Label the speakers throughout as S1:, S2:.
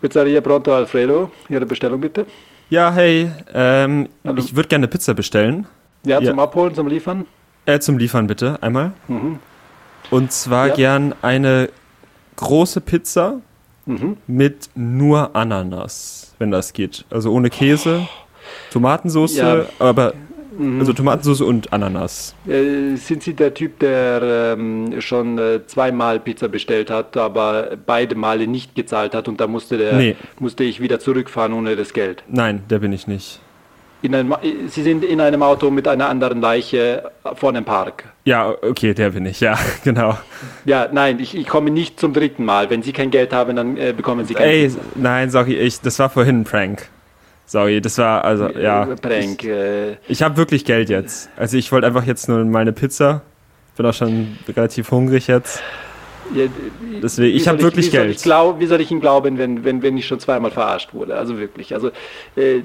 S1: Pizzeria Pronto Alfredo, Ihre Bestellung bitte.
S2: Ja, hey, ähm,
S1: Hallo.
S2: ich würde gerne eine Pizza bestellen.
S1: Ja,
S2: Ja.
S1: zum Abholen, zum Liefern.
S2: Äh, zum Liefern bitte, einmal.
S1: Mhm.
S2: Und zwar
S1: Ja.
S2: gern eine große Pizza
S1: Mhm.
S2: mit nur Ananas, wenn das geht. Also ohne Käse, Tomatensauce,
S1: Ja.
S2: aber
S1: Mhm.
S2: also Tomatensauce und Ananas.
S1: Äh, sind Sie der Typ, der ähm, schon äh, zweimal Pizza bestellt hat, aber beide Male nicht gezahlt hat und da musste, der,
S2: Nee.
S1: musste ich wieder zurückfahren ohne das Geld?
S2: Nein, der bin ich nicht.
S1: In einem, äh, Sie sind in einem Auto mit einer anderen Leiche äh, vor einem Park.
S2: Ja, okay, der bin ich, ja, genau.
S1: Ja, nein, ich, ich komme nicht zum dritten Mal. Wenn Sie kein Geld haben, dann äh, bekommen Sie kein
S2: Ey, nein, sorry, ich, das war vorhin ein Prank. Sorry, das war, also, ja.
S1: äh, Prank. Äh,
S2: Ich habe wirklich Geld jetzt. Also ich wollte einfach jetzt nur meine Pizza. Bin auch schon relativ hungrig jetzt.
S1: ja,
S2: Deswegen,
S1: wie
S2: ich
S1: soll
S2: habe wirklich
S1: wie Soll ich
S2: Geld.
S1: glaub, wie soll ich Ihnen glauben, wenn, wenn, wenn ich schon zweimal verarscht wurde? Also wirklich. Also, äh, d-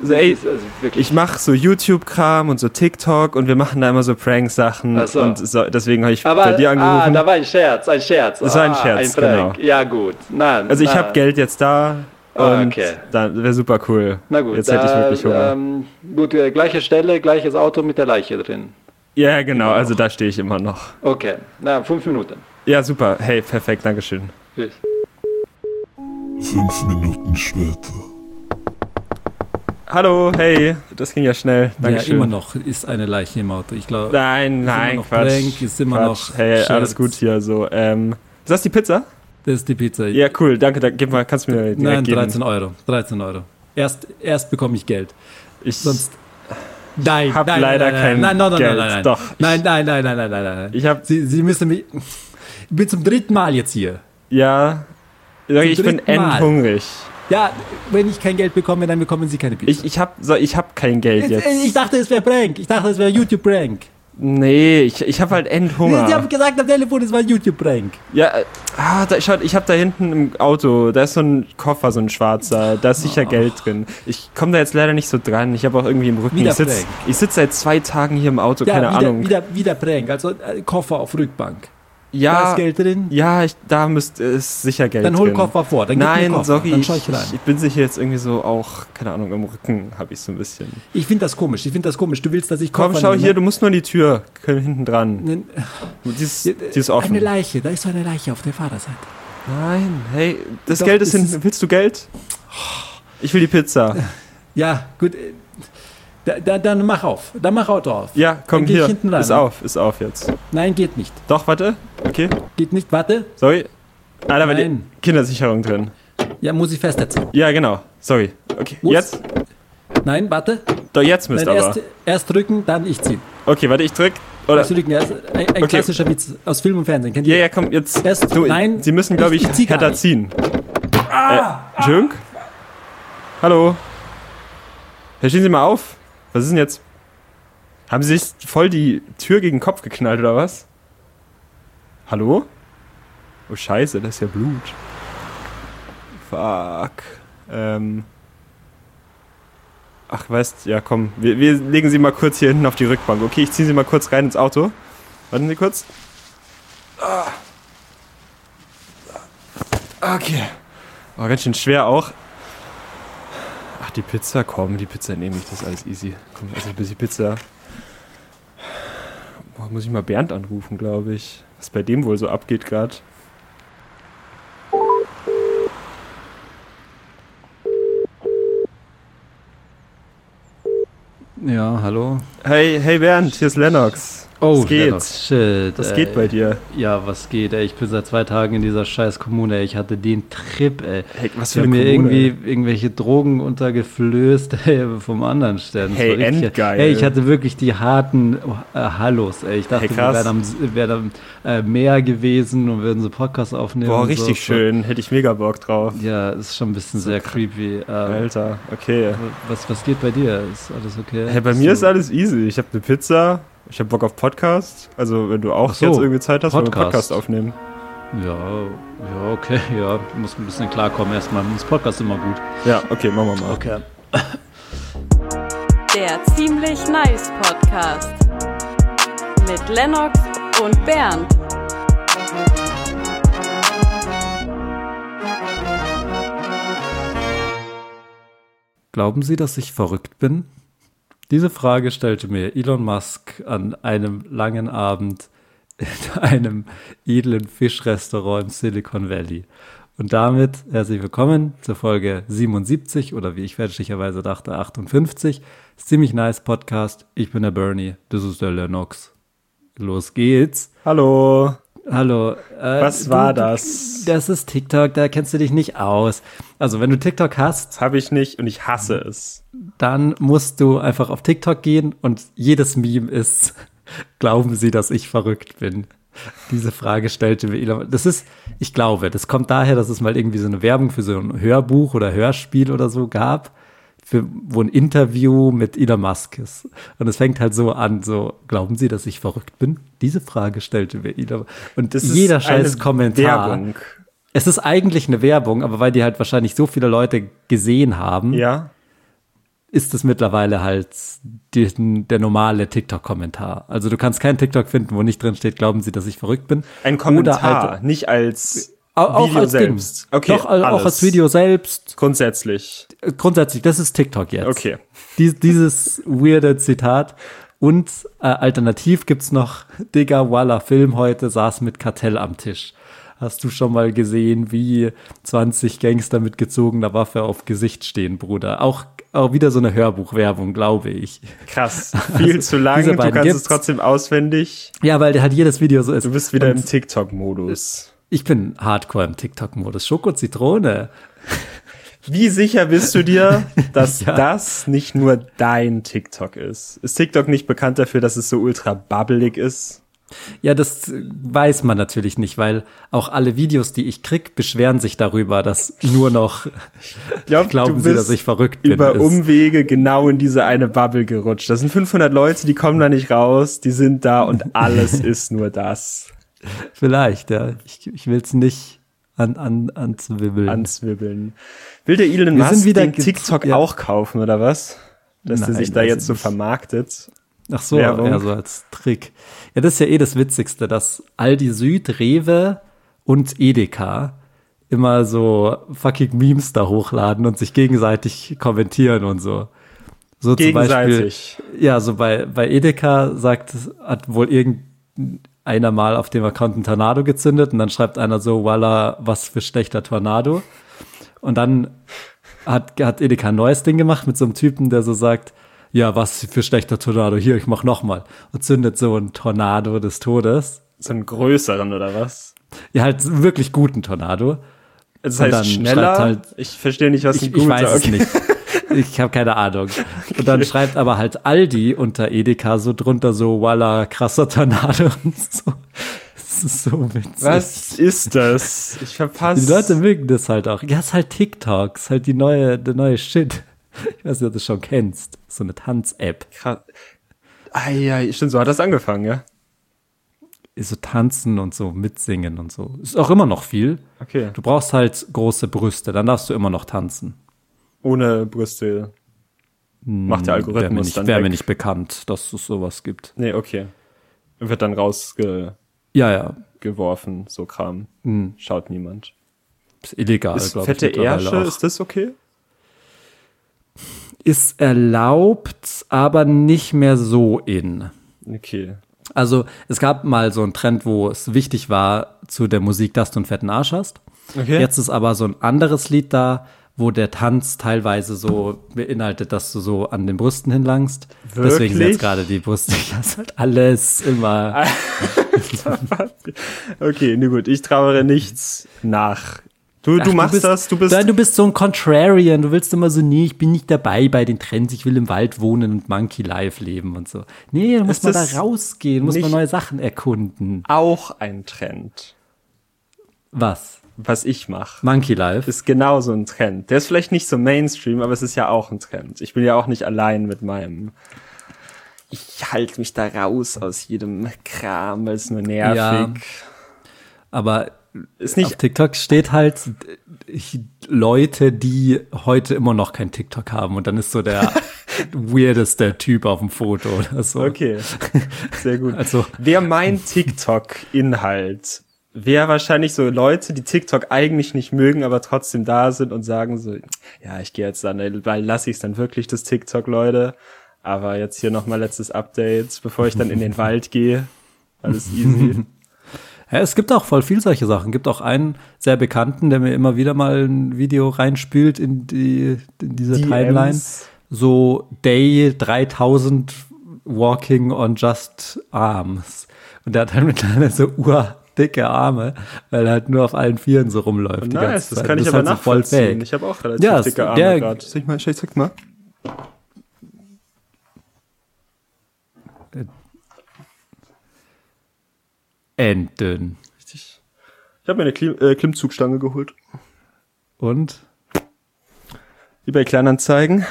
S2: Also, ey,
S1: das ist also wirklich.
S2: Ich mache so YouTube-Kram und so TikTok und wir machen da immer so Prank-Sachen.
S1: Ach so.
S2: Und so, deswegen habe ich
S1: Aber
S2: bei dir
S1: ah,
S2: angerufen.
S1: da war ein Scherz, ein Scherz.
S2: Das war ein
S1: ah,
S2: Scherz,
S1: Prank.
S2: genau.
S1: Ja gut. Na,
S2: also ich
S1: na,
S2: habe Geld jetzt da.
S1: Ah,
S2: Und
S1: okay.
S2: dann wäre super cool.
S1: Na gut.
S2: jetzt hätte ich
S1: da,
S2: wirklich Hunger.
S1: Ähm, gut, äh, gleiche Stelle, gleiches Auto mit der Leiche drin.
S2: ja, genau. Also da stehe ich immer noch.
S1: Okay. Na, fünf Minuten.
S2: Ja, super. Hey, perfekt. Dankeschön.
S1: Tschüss.
S3: Fünf Minuten später.
S2: Hallo, hey. Das ging ja schnell. Dankeschön.
S4: Ja, immer noch ist eine Leiche im Auto. Ich glaube,
S2: Nein, nein,
S4: noch
S2: Quatsch.
S4: Prank, ist immer
S2: Quatsch.
S4: noch
S2: Hey,
S4: Scherz.
S2: alles gut hier. So, ähm, ist das die Pizza?
S4: das ist die Pizza.
S2: Ja, cool, danke. Da, gib mal, kannst du mir direkt
S4: Nein,
S2: geben.
S4: 13 Euro. 13 Euro. Erst, erst bekomme ich Geld.
S2: Ich,
S4: Sonst. Nein,
S2: hab
S4: nein,
S2: leider
S4: nein,
S2: kein
S4: nein, nein, nein, nein,
S2: Geld.
S4: Nein, nein,
S2: Doch,
S4: Nein, nein, nein, nein, nein, nein, nein.
S2: ich habe
S4: Sie, Sie müssen mich. Ich bin zum dritten Mal jetzt hier.
S2: ja, sorry, ich bin
S4: dritten Mal.
S2: endhungrig.
S4: Ja, wenn ich kein Geld bekomme, dann bekommen Sie keine Pizza.
S2: Ich, ich habe so, ich habe kein Geld jetzt.
S4: ich dachte, es wäre Prank. Ich dachte, es wäre YouTube-Prank.
S2: nee, ich, ich habe halt
S4: Sie, Sie haben
S2: Endhunger.
S4: gesagt am Telefon, es war YouTube-Prank.
S2: Ja, äh, ah, da, schaut, ich habe da hinten im Auto, da ist so ein Koffer, so ein schwarzer, da ist
S4: Oh.
S2: sicher Geld drin. Ich komme da jetzt leider nicht so dran. Ich habe auch irgendwie im Rücken.
S4: Wieder
S2: Ich sitze
S4: Prank.
S2: ich sitz seit zwei Tagen hier im Auto, keine
S4: wieder,
S2: Ahnung.
S4: Wieder, wieder Prank. Also äh, Koffer auf Rückbank. Da
S2: ja,
S4: ist Geld drin.
S2: ja, ich, da müsste es sicher Geld
S4: Dann hol
S2: drin.
S4: Koffer vor. Dann gib mir
S2: Nein,
S4: Koffer.
S2: sorry,
S4: Dann
S2: ich,
S4: schau ich
S2: ich,
S4: rein.
S2: ich bin sich jetzt irgendwie so auch, keine Ahnung, im Rücken habe ich so ein bisschen.
S4: Ich finde das komisch. Ich finde das komisch. Du willst, dass ich
S2: Komm,
S4: Koffer
S2: schau
S4: nehme?
S2: hier, du musst nur an die Tür, können hinten dran.
S4: Nen-
S2: Die ist,
S4: Ja,
S2: die ist
S4: Eine
S2: offen.
S4: Leiche. Da ist so eine Leiche auf der Fahrerseite.
S2: Nein, hey, das
S4: Doch,
S2: Geld ist
S4: es ist-
S2: hinten. Willst du Geld? Ich will die Pizza.
S4: Ja, gut. äh, Da, da, dann mach auf. Dann mach Auto auf.
S2: Ja, komm
S4: Dann geh ich
S2: hier.
S4: hinten rein. ne?
S2: Ist auf, ist auf jetzt.
S4: Nein, geht nicht.
S2: Doch, warte. Okay,
S4: Geht nicht. Warte.
S2: sorry. Ah, da war die
S4: Nein.
S2: Kindersicherung drin.
S4: Ja, muss ich festsetzen.
S2: Ja, genau. Sorry. Okay,
S4: Muss-
S2: jetzt.
S4: Nein, warte.
S2: Doch, jetzt müsst
S4: Nein,
S2: aber.
S4: erst, erst drücken, dann ich ziehen.
S2: Okay, warte, ich drück. Oder?
S4: Erst drücken, erst, äh, ein ein
S2: Okay.
S4: klassischer Witz aus Film und Fernsehen. Kennt
S2: Ja,
S4: ihr?
S2: ja, komm, jetzt.
S4: Erst-
S2: du,
S4: nein,
S2: Sie müssen, glaube ich,
S4: ich- ich zieh gar
S2: härter
S4: nicht. Ah!
S2: ziehen. äh, Junk? Hallo? Herr, stehen Sie mal auf. Was ist denn jetzt? Haben Sie sich voll die Tür gegen den Kopf geknallt oder was? Hallo? Oh, Scheiße, das ist ja Blut. Fuck. Ähm. Ach, weißt, ja, komm. Wir, wir legen Sie mal kurz hier hinten auf die Rückbank. Okay, ich ziehe Sie mal kurz rein ins Auto. Warten Sie kurz. Okay. War ganz schön schwer auch. Ach, die Pizza, komm, die Pizza nehme ich, das ist alles easy. Komm, also ein bisschen Pizza. Boah, muss ich mal Bernd anrufen, glaube ich. Was bei dem wohl so abgeht gerade.
S4: ja, hallo.
S2: Hey, hey Bernd, hier ist Lennox.
S4: Oh,
S2: Was geht?
S4: Lennox, shit.
S2: Was geht bei dir?
S4: Ja, was geht, ey? Ich bin seit zwei Tagen in dieser scheiß Kommune, ey. Ich hatte den Trip, ey.
S2: Hey, was
S4: Ich habe mir irgendwie irgendwelche Drogen untergeflößt, ey, vom anderen Stern. Das
S2: Hey,
S4: war
S2: endgeil.
S4: Ey, ich hatte wirklich die harten äh, Hallos, ey. Ich dachte,
S2: Hey,
S4: wir
S2: krass.
S4: wären am, wären am äh, Meer gewesen und würden so Podcasts aufnehmen.
S2: Boah,
S4: und
S2: richtig
S4: so.
S2: schön. Hätte ich mega Bock drauf.
S4: Ja, ist schon ein bisschen sehr creepy. Ähm,
S2: Alter, okay.
S4: was, was geht bei dir? Ist alles okay?
S2: Hey, bei
S4: Bist
S2: mir
S4: du-
S2: ist alles easy. Ich habe eine Pizza. Ich habe Bock auf Podcast. Also, wenn du auch
S4: Ach so,
S2: jetzt irgendwie Zeit hast, wollen wir einen
S4: Podcast.
S2: Podcast aufnehmen.
S4: Ja, ja, okay, ja. Muss ein bisschen klarkommen erstmal. Das Podcast ist immer gut.
S2: Ja, okay, machen wir mal.
S4: Okay.
S5: Der Ziemlich Nice Podcast. Mit Lennox und Bernd.
S4: Glauben Sie, dass ich verrückt bin? Diese Frage stellte mir Elon Musk an einem langen Abend in einem edlen Fischrestaurant im Silicon Valley. Und damit herzlich willkommen zur Folge 77 oder wie ich fälschlicherweise dachte 58. Ziemlich nice Podcast. Ich bin der Bernie, das ist der Lennox. Los geht's.
S2: Hallo.
S4: Hallo. äh,
S2: Was war das?
S4: Das ist TikTok, da kennst du dich nicht aus. Also wenn du TikTok hast,
S2: Das habe ich nicht und ich hasse es.
S4: dann musst du einfach auf TikTok gehen und jedes Meme ist, glauben Sie, dass ich verrückt bin? Diese Frage stellte mir Elon. Das ist, ich glaube, das kommt daher, dass es mal irgendwie so eine Werbung für so ein Hörbuch oder Hörspiel oder so gab, für, wo ein Interview mit Elon Musk ist. Und es fängt halt so an, so, glauben Sie, dass ich verrückt bin? Diese Frage stellte mir Elon. Und
S2: Das ist
S4: jeder
S2: eine
S4: scheiß Kommentar.
S2: Werbung.
S4: Es ist eigentlich eine Werbung, aber weil die halt wahrscheinlich so viele Leute gesehen haben,
S2: Ja.
S4: ist es mittlerweile halt die, der normale TikTok-Kommentar. Also du kannst keinen TikTok finden, wo nicht drin steht, glauben Sie, dass ich verrückt bin.
S2: Ein Kommentar,
S4: Oder halt,
S2: nicht als
S4: auch, auch
S2: Video
S4: als
S2: selbst.
S4: Ding.
S2: Okay,
S4: Doch, also auch
S2: alles.
S4: als Video selbst.
S2: Grundsätzlich.
S4: Äh, Grundsätzlich, das ist TikTok jetzt.
S2: Okay.
S4: Dies, dieses weirde Zitat. Und äh, alternativ gibt's noch Digga Walla Film heute saß mit Kartell am Tisch. Hast du schon mal gesehen, wie 20 Gangster mit gezogener Waffe auf Gesicht stehen, Bruder? Auch, auch wieder so eine Hörbuchwerbung, glaube ich.
S2: Krass. Viel zu lang.
S4: Also, diese
S2: Du
S4: beiden
S2: kannst es
S4: gibt's.
S2: trotzdem auswendig.
S4: Ja, weil halt jedes Video so ist.
S2: Du bist wieder
S4: Und
S2: im TikTok-Modus.
S4: Ich bin hardcore im TikTok-Modus. Schoko Zitrone.
S2: Wie sicher bist du dir, dass
S4: Ja.
S2: das nicht nur dein TikTok ist? Ist TikTok nicht bekannt dafür, dass es so ultra bubbelig ist?
S4: Ja, das äh, weiß man natürlich nicht, weil auch alle Videos, die ich krieg, beschweren sich darüber, dass nur noch
S2: Glaub,
S4: Glauben Sie, dass ich verrückt bin,
S2: über
S4: ist-
S2: Umwege genau in diese eine Bubble gerutscht. Das sind 500 Leute, die kommen da nicht raus, die sind da und alles ist nur das.
S4: Vielleicht, ja. Ich, ich will es nicht an, an, anzwibbeln.
S2: Anzwibbeln. Will der Elon
S4: Wir
S2: Musk
S4: sind wieder
S2: den
S4: ge-
S2: TikTok
S4: ja.
S2: auch kaufen oder was? Dass der
S4: Nein,
S2: sich da
S4: weiß
S2: jetzt
S4: ich
S2: so
S4: nicht.
S2: vermarktet.
S4: Ach so,
S2: Werbung.
S4: ja, so als Trick. Ja, das ist ja eh das Witzigste, dass Aldi Süd, Rewe und Edeka immer so fucking Memes da hochladen und sich gegenseitig kommentieren und so. So
S2: Gegenseitig.
S4: Zum Beispiel, ja, so bei, bei Edeka sagt, hat wohl irgendeiner mal auf dem Account einen Tornado gezündet und dann schreibt einer so, voila, was für schlechter Tornado. Und dann hat, hat Edeka ein neues Ding gemacht mit so einem Typen, der so sagt, ja, was für schlechter Tornado, hier, ich mach nochmal. Und zündet so einen Tornado des Todes.
S2: So einen größeren oder was?
S4: Ja, halt einen wirklich guten Tornado.
S2: Das
S4: Und
S2: heißt
S4: dann
S2: schneller.
S4: schreibt halt-
S2: ich verstehe nicht, was ein
S4: Ich,
S2: guter
S4: ich
S2: okay.
S4: weiß es nicht. Ich habe keine Ahnung. Und dann schreibt aber halt Aldi unter Edeka so drunter so, voila, krasser Tornado und so. Das ist so witzig.
S2: Was ist das? Ich verpasse.
S4: Die Leute mögen das halt auch. Ja, ist halt TikTok, ist halt die neue, der neue Shit. Ich weiß nicht, ob du das schon kennst. So eine Tanz-App.
S2: Krass. Ah, ja, stimmt, so hat das angefangen, ja?
S4: so tanzen und so mitsingen und so. Ist auch immer noch viel.
S2: Okay.
S4: Du brauchst halt große Brüste, dann darfst du immer noch tanzen.
S2: Ohne Brüste. Macht der
S4: Wäre mir,
S2: Algorithmus
S4: nicht,
S2: dann
S4: Hm, wär
S2: weg.
S4: mir nicht bekannt, dass es sowas gibt.
S2: Nee, okay. Wird dann rausgeworfen,
S4: Ja, ja.
S2: so Kram. Schaut niemand.
S4: Ist illegal,
S2: Ist
S4: Hm. glaub
S2: fette
S4: mittlerweile
S2: Ärsche,
S4: auch.
S2: ist das okay?
S4: Ist erlaubt, aber nicht mehr so in.
S2: Okay.
S4: Also es gab mal so einen Trend, wo es wichtig war zu der Musik, dass du einen fetten Arsch hast.
S2: Okay.
S4: Jetzt ist aber so ein anderes Lied da, wo der Tanz teilweise so beinhaltet, dass du so an den Brüsten hinlangst. Deswegen sind
S2: Wirklich? Also
S4: jetzt gerade die Brüste, das halt alles immer.
S2: Okay, na gut, ich trauere nichts nach. Du,
S4: Ach,
S2: du machst das, du bist.
S4: Nein, du bist so ein Contrarian, du willst immer so, nee, ich bin nicht dabei bei den Trends, ich will im Wald wohnen und Monkey Life leben und so. Nee, da muss
S2: Ist
S4: man
S2: das
S4: da rausgehen, muss man
S2: nicht-
S4: neue Sachen erkunden.
S2: auch ein Trend,
S4: Was?
S2: was ich mache.
S4: Monkey Life?
S2: Ist genauso ein Trend. Der ist vielleicht nicht so Mainstream, aber es ist ja auch ein Trend. Ich bin ja auch nicht allein mit meinem. Ich halte mich da raus aus jedem Kram, weil es nur nervig.
S4: Aber
S2: Ist
S4: auf
S2: nicht
S4: TikTok steht halt äh, ich, Leute, die heute immer noch kein TikTok haben und dann ist so der weirdeste Typ auf dem Foto oder so.
S2: Okay, sehr gut.
S4: Also-
S2: Wer mein TikTok-Inhalt wäre wahrscheinlich so Leute, die TikTok eigentlich nicht mögen, aber trotzdem da sind und sagen so, ja, ich gehe jetzt dann, weil lasse ich es dann wirklich, das TikTok, Leute. Aber jetzt hier nochmal letztes Update, bevor ich dann in den Wald gehe. Alles easy.
S4: Ja, es gibt auch voll viel solche Sachen. Gibt auch einen sehr bekannten, der mir immer wieder mal ein Video reinspült in, die, in diese
S2: DMs.
S4: Timeline. So Day 3000 Walking on Just Arms. Und der hat halt mittlerweile so urdicke Arme, weil er halt nur auf allen Vieren so rumläuft. die ganze
S2: Nice, das
S4: Zeit.
S2: kann ich
S4: ist
S2: aber
S4: halt so voll
S2: nachvollziehen.
S4: fake.
S2: ich habe auch relativ
S4: Ja, es-
S2: dicke
S4: der-
S2: Arme gerade. Sag mal, sag mal.
S4: Enten.
S2: Richtig. Ich habe mir eine Klim äh, Klimmzugstange geholt.
S4: Und?
S2: Wie bei Kleinanzeigen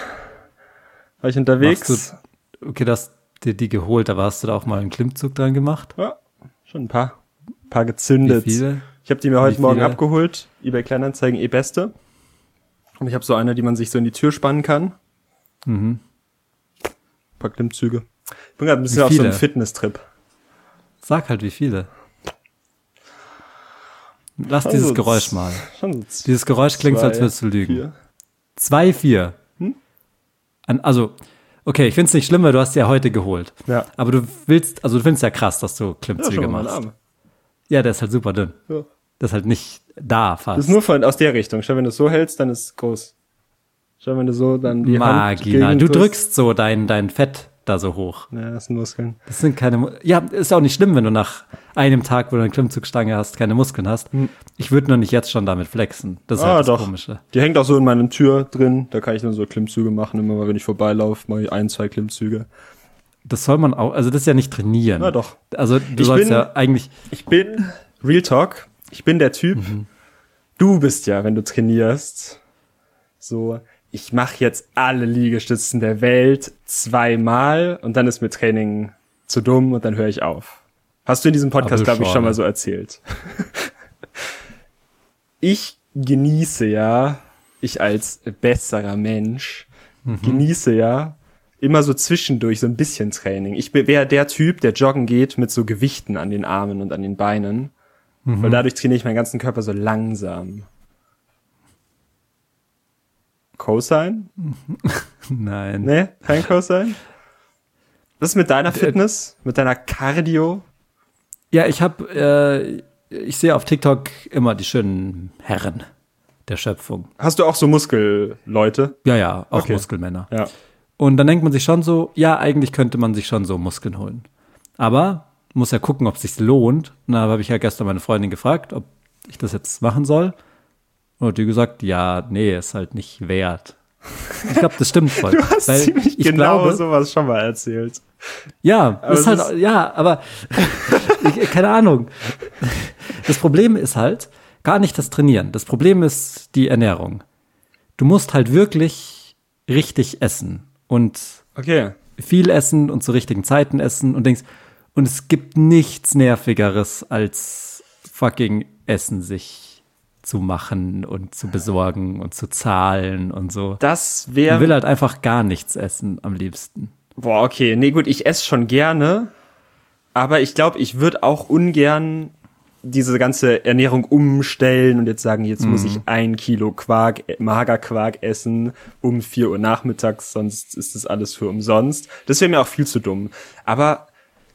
S2: war ich unterwegs.
S4: Machst du, okay, das dir die geholt, aber hast du da auch mal einen Klimmzug dran gemacht?
S2: Ja, schon ein paar. Ein paar gezündet.
S4: Wie viele?
S2: Ich habe die mir heute
S4: Wie
S2: Morgen
S4: viele?
S2: abgeholt. eBay Kleinanzeigen, eh beste. Und ich habe so eine, die man sich so in die Tür spannen kann. Mhm. Ein paar Klimmzüge. Ich bin gerade ein bisschen
S4: Wie
S2: auf so
S4: viele?
S2: einem Fitness-Trip.
S4: Sag halt, wie viele. Lass
S2: Also,
S4: dieses Geräusch mal.
S2: Schon so z-
S4: Dieses Geräusch klingt, so, als
S2: zwei,
S4: würdest du lügen.
S2: vier. Hm?
S4: Zwei, vier. An, also, okay, ich find's nicht schlimm, weil du hast die ja heute geholt.
S2: Ja.
S4: Aber du willst, also du findest ja krass, dass du
S2: Ja,
S4: Klimmzüge
S2: schon mal mein
S4: machst.
S2: Arm.
S4: Ja, der ist halt super dünn.
S2: Ja.
S4: Das ist halt nicht da fast.
S2: Das ist nur von, aus der Richtung. Schau, wenn du es so hältst, dann ist es groß. Schau, wenn du so dann die
S4: Marginal.
S2: Hand gegen
S4: Du
S2: tust.
S4: drückst so dein, dein Fett da so hoch.
S2: Ja, das sind Muskeln.
S4: Das sind keine. Mu- Ja, ist auch nicht schlimm, wenn du nach einem Tag, wo du eine Klimmzugstange hast, keine Muskeln hast. Ich würde nur nicht jetzt schon damit flexen. Das ist
S2: Hm. ah,
S4: halt das
S2: doch.
S4: Komische.
S2: Die hängt auch so in meiner Tür drin. Da kann ich dann so Klimmzüge machen. Immer mal, wenn ich vorbeilaufe, mache ich ein, zwei Klimmzüge.
S4: Das soll man auch. Also das ist ja nicht trainieren.
S2: Na Ah, doch.
S4: Also du
S2: Ich
S4: sollst
S2: bin-
S4: ja eigentlich.
S2: Ich bin, Real Talk, ich bin der Typ. Du bist ja, wenn du trainierst, so, ich mache jetzt alle Liegestützen der Welt zweimal und dann ist mir Training zu dumm und dann höre ich auf. Hast du in diesem Podcast,
S4: Aber
S2: glaube ich, schon
S4: schade.
S2: mal so erzählt. ich genieße ja, ich als besserer Mensch,
S4: Mhm.
S2: genieße ja immer so zwischendurch so ein bisschen Training. Ich wäre der Typ, der joggen geht mit so Gewichten an den Armen und an den Beinen. Weil
S4: Mhm.
S2: dadurch trainiere ich meinen ganzen Körper so langsam. Cosine?
S4: Nein.
S2: Nee, kein Cosine? Was ist mit
S4: Äh,
S2: deiner Fitness? Mit deiner Cardio?
S4: Ja, ich habe. Äh, ich sehe auf TikTok immer die schönen Herren der Schöpfung.
S2: Hast du auch so Muskelleute?
S4: Ja, ja, auch
S2: Okay.
S4: Muskelmänner.
S2: Ja.
S4: Und dann denkt man sich schon so, ja, eigentlich könnte man sich schon so Muskeln holen. Aber muss ja gucken, ob es sich lohnt. Na, habe ich ja gestern meine Freundin gefragt, ob ich das jetzt machen soll. Und hat die gesagt, ja, nee, ist halt nicht wert. Ich glaube, das stimmt voll.
S2: Du hast
S4: Weil
S2: ziemlich
S4: ich
S2: genau
S4: glaube,
S2: sowas schon mal erzählt.
S4: ja,
S2: es
S4: ist halt,
S2: ist-
S4: ja, aber ich, keine Ahnung. Das Problem ist halt gar nicht das Trainieren. Das Problem ist die Ernährung. Du musst halt wirklich richtig essen und
S2: Okay.
S4: viel essen und zu richtigen Zeiten essen und denkst, und es gibt nichts Nervigeres als fucking Essen sich zu machen und zu besorgen und zu zahlen und so.
S2: Das
S4: Ich will
S2: wäre.
S4: halt einfach gar nichts essen am liebsten.
S2: Boah, okay. Nee, gut, ich esse schon gerne. Aber ich glaube, ich würde auch ungern diese ganze Ernährung umstellen und jetzt sagen, jetzt muss ich
S4: Mhm.
S2: ein Kilo Quark, äh, Magerquark essen um 4 Uhr nachmittags, sonst ist das alles für umsonst. Das wäre mir auch viel zu dumm. Aber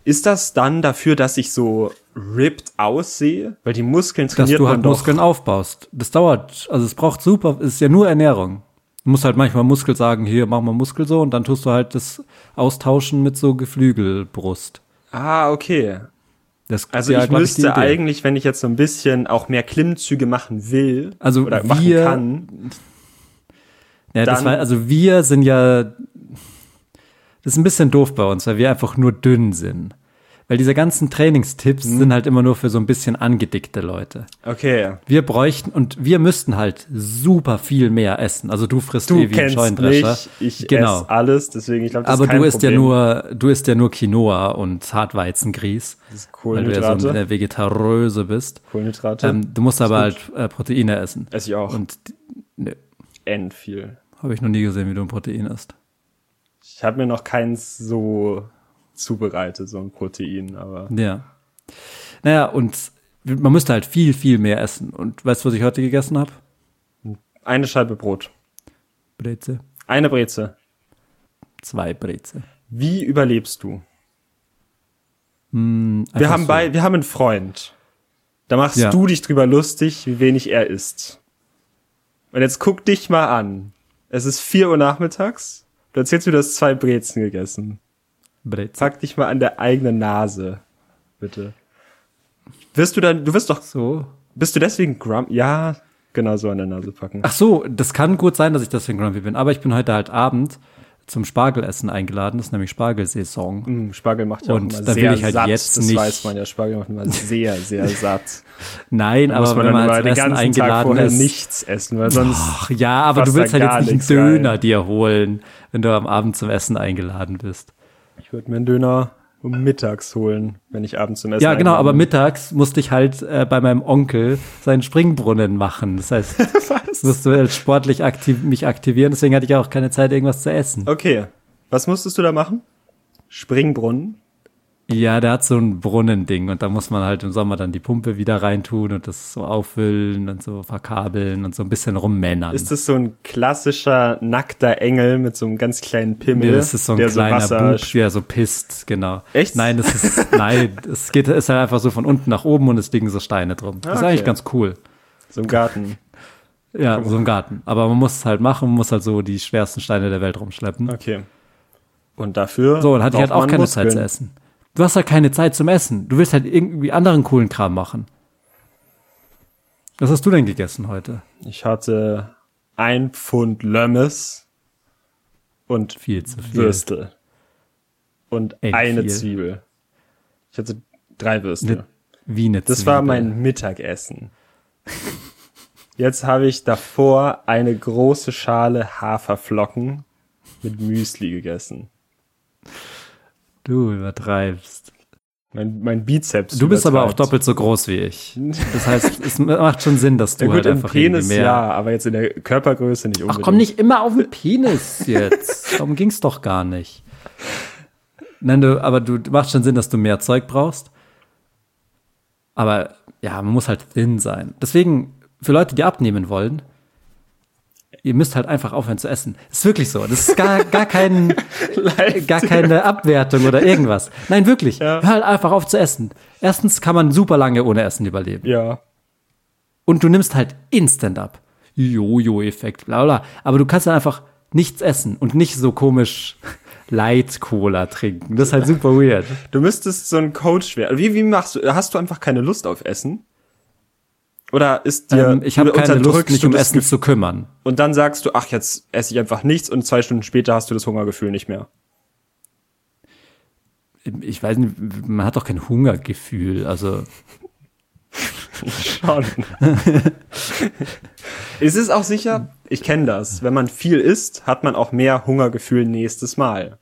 S2: ist das dann dafür, dass ich so ripped aussehe? Weil die Muskeln
S4: Dass
S2: trainiert
S4: du
S2: man
S4: halt
S2: doch.
S4: Muskeln aufbaust. Das dauert, also es braucht super, es ist ja nur Ernährung. Du musst halt manchmal Muskel sagen, hier, mach mal Muskel so und dann tust du halt das Austauschen mit so Geflügelbrust.
S2: Ah, okay.
S4: Das
S2: Also
S4: ja,
S2: ich
S4: glaub die
S2: müsste
S4: Idee.
S2: eigentlich, wenn ich jetzt so ein bisschen auch mehr Klimmzüge machen will
S4: Also
S2: oder machen
S4: wir-
S2: kann,
S4: Ja, das
S2: dann-
S4: war, also wir sind ja, das ist ein bisschen doof bei uns, weil wir einfach nur dünn sind. Weil diese ganzen Trainingstipps
S2: Mhm.
S4: sind halt immer nur für so ein bisschen angedickte Leute.
S2: okay,
S4: Wir bräuchten und wir müssten halt super viel mehr essen. Also du frisst
S2: du
S4: eh wie ein
S2: kennst
S4: Scheunendrescher.
S2: mich, ich
S4: genau.
S2: esse alles, deswegen ich glaube, das
S4: Aber
S2: ist kein
S4: du isst
S2: Problem.
S4: ja nur, du isst ja nur Quinoa und Hartweizengrieß,
S2: Das ist
S4: weil du ja so
S2: Kohlenhydrate,
S4: eine Vegetaröse bist.
S2: Kohlenhydrate,
S4: Ähm, du musst aber halt äh, Proteine essen.
S2: esse ich auch
S4: Und ne,
S2: end viel.
S4: habe ich noch nie gesehen, wie du ein Protein isst.
S2: Ich habe mir noch keins so zubereitet, so ein Protein, aber
S4: Ja. Naja, und man müsste halt viel, viel mehr essen. Und weißt du, was ich heute gegessen habe?
S2: Eine Scheibe Brot.
S4: Breze.
S2: Eine Breze.
S4: Zwei Breze.
S2: Wie überlebst du? Wir
S4: Einfach
S2: haben,
S4: so.
S2: bei, wir haben einen Freund. Da machst
S4: Hm, Ja.
S2: du dich drüber lustig, wie wenig er isst. Und jetzt guck dich mal an. Es ist 4 Uhr nachmittags. Du erzählst mir, du hast zwei Brezen gegessen.
S4: Breze.
S2: Pack dich mal an der eigenen Nase. Bitte. Wirst du dann, du wirst doch,
S4: So.
S2: bist du deswegen grump? Ja, genau so an der Nase packen.
S4: Ach so, das kann gut sein, dass ich deswegen grumpy bin. Aber ich bin heute halt Abend zum Spargelessen eingeladen. Das ist nämlich Spargelsaison.
S2: Mm, Spargel macht ja
S4: Und
S2: auch immer
S4: da will
S2: sehr
S4: ich halt
S2: satt.
S4: jetzt
S2: das
S4: nicht-
S2: weiß man ja. Spargel macht immer sehr, sehr satt.
S4: Nein,
S2: Da muss
S4: aber
S2: man
S4: wenn
S2: dann
S4: man
S2: immer
S4: als
S2: den
S4: Essen
S2: ganzen Tag
S4: eingeladen
S2: vorher
S4: ist. Ah.
S2: nichts essen, weil sonst
S4: Ach ja, aber
S2: Fast
S4: du willst
S2: dann
S4: halt
S2: gar
S4: jetzt
S2: nichts
S4: nicht einen Döner dir holen, wenn du am Abend zum Essen eingeladen bist.
S2: Ich würde mir einen Döner um mittags holen, wenn ich abends zum Essen
S4: Ja, genau,
S2: eingeladen
S4: aber mittags musste ich halt äh, bei meinem Onkel seinen Springbrunnen machen. Das heißt,
S2: bin. Was?
S4: musste halt sportlich aktiv mich aktivieren, deswegen hatte ich auch keine Zeit, irgendwas zu essen.
S2: Okay. Was musstest du da machen? Springbrunnen?
S4: Ja, der hat so ein Brunnending und da muss man halt im Sommer dann die Pumpe wieder reintun und das so auffüllen und so verkabeln und so ein bisschen rummännern.
S2: Ist das so ein klassischer nackter Engel mit so einem ganz kleinen Pimmel?
S4: Nee, das ist so ein
S2: der
S4: kleiner
S2: so Wasser
S4: Bub, der so pisst, genau.
S2: Echt?
S4: Nein, das ist, nein, es geht, ist halt einfach so von unten nach oben und es liegen so Steine drum. Das ist
S2: Ah, okay.
S4: eigentlich ganz cool.
S2: so im Garten.
S4: Ja, so im Garten. Aber man muss es halt machen, man muss halt so die schwersten Steine der Welt rumschleppen.
S2: Okay. Und dafür.
S4: So, dann hatte ich halt
S2: braucht
S4: auch
S2: man
S4: keine
S2: Muskeln.
S4: Zeit zu essen. Du hast halt keine Zeit zum Essen. Du willst halt irgendwie anderen coolen Kram machen. Was hast du denn gegessen heute?
S2: Ich hatte ein Pfund Lömmes und
S4: Viel zu viel.
S2: Würstel. Und
S4: Ey,
S2: eine
S4: viel.
S2: Zwiebel. Ich hatte drei Würstel.
S4: Eine, Wie eine
S2: Das
S4: Zwiebel.
S2: war mein Mittagessen. Jetzt habe ich davor eine große Schale Haferflocken mit Müsli gegessen.
S4: Du übertreibst.
S2: Mein, mein Bizeps.
S4: Du bist aber auch
S2: übertreibt.
S4: doppelt so groß wie ich. Das heißt, es macht schon Sinn, dass du
S2: Ja, gut,
S4: halt
S2: im
S4: einfach irgendwie
S2: Penis
S4: mehr.
S2: ja, aber jetzt in der Körpergröße nicht unbedingt.
S4: Ach komm nicht immer auf den Penis jetzt. Darum ging's doch gar nicht. Nein, du, aber du macht schon Sinn, dass du mehr Zeug brauchst. Aber ja, man muss halt thin sein. Deswegen, für Leute, die abnehmen wollen, ihr müsst halt einfach aufhören zu essen. Ist wirklich so. Das ist gar, gar kein, gar keine Abwertung oder irgendwas. Nein, wirklich.
S2: Ja.
S4: Hör halt einfach auf zu essen. Erstens kann man super lange ohne Essen überleben.
S2: Ja.
S4: Und du nimmst halt instant ab. Jojo-Effekt, bla bla. Aber du kannst dann einfach nichts essen und nicht so komisch Light-Cola trinken. Das ist halt super weird.
S2: Du müsstest so ein Coach werden. Wie, wie machst du? Hast du einfach keine Lust auf Essen? Oder ist dir
S4: ähm, ich habe keine Lust,
S2: unterdrückst
S4: mich
S2: du
S4: um
S2: das
S4: Essen zu kümmern.
S2: Und dann sagst du, ach, jetzt esse ich einfach nichts und zwei Stunden später hast du das Hungergefühl nicht mehr.
S4: Ich weiß nicht, man hat doch kein Hungergefühl. Also,
S2: Schon. es ist auch sicher, ich kenne das, wenn man viel isst, hat man auch mehr Hungergefühl nächstes Mal.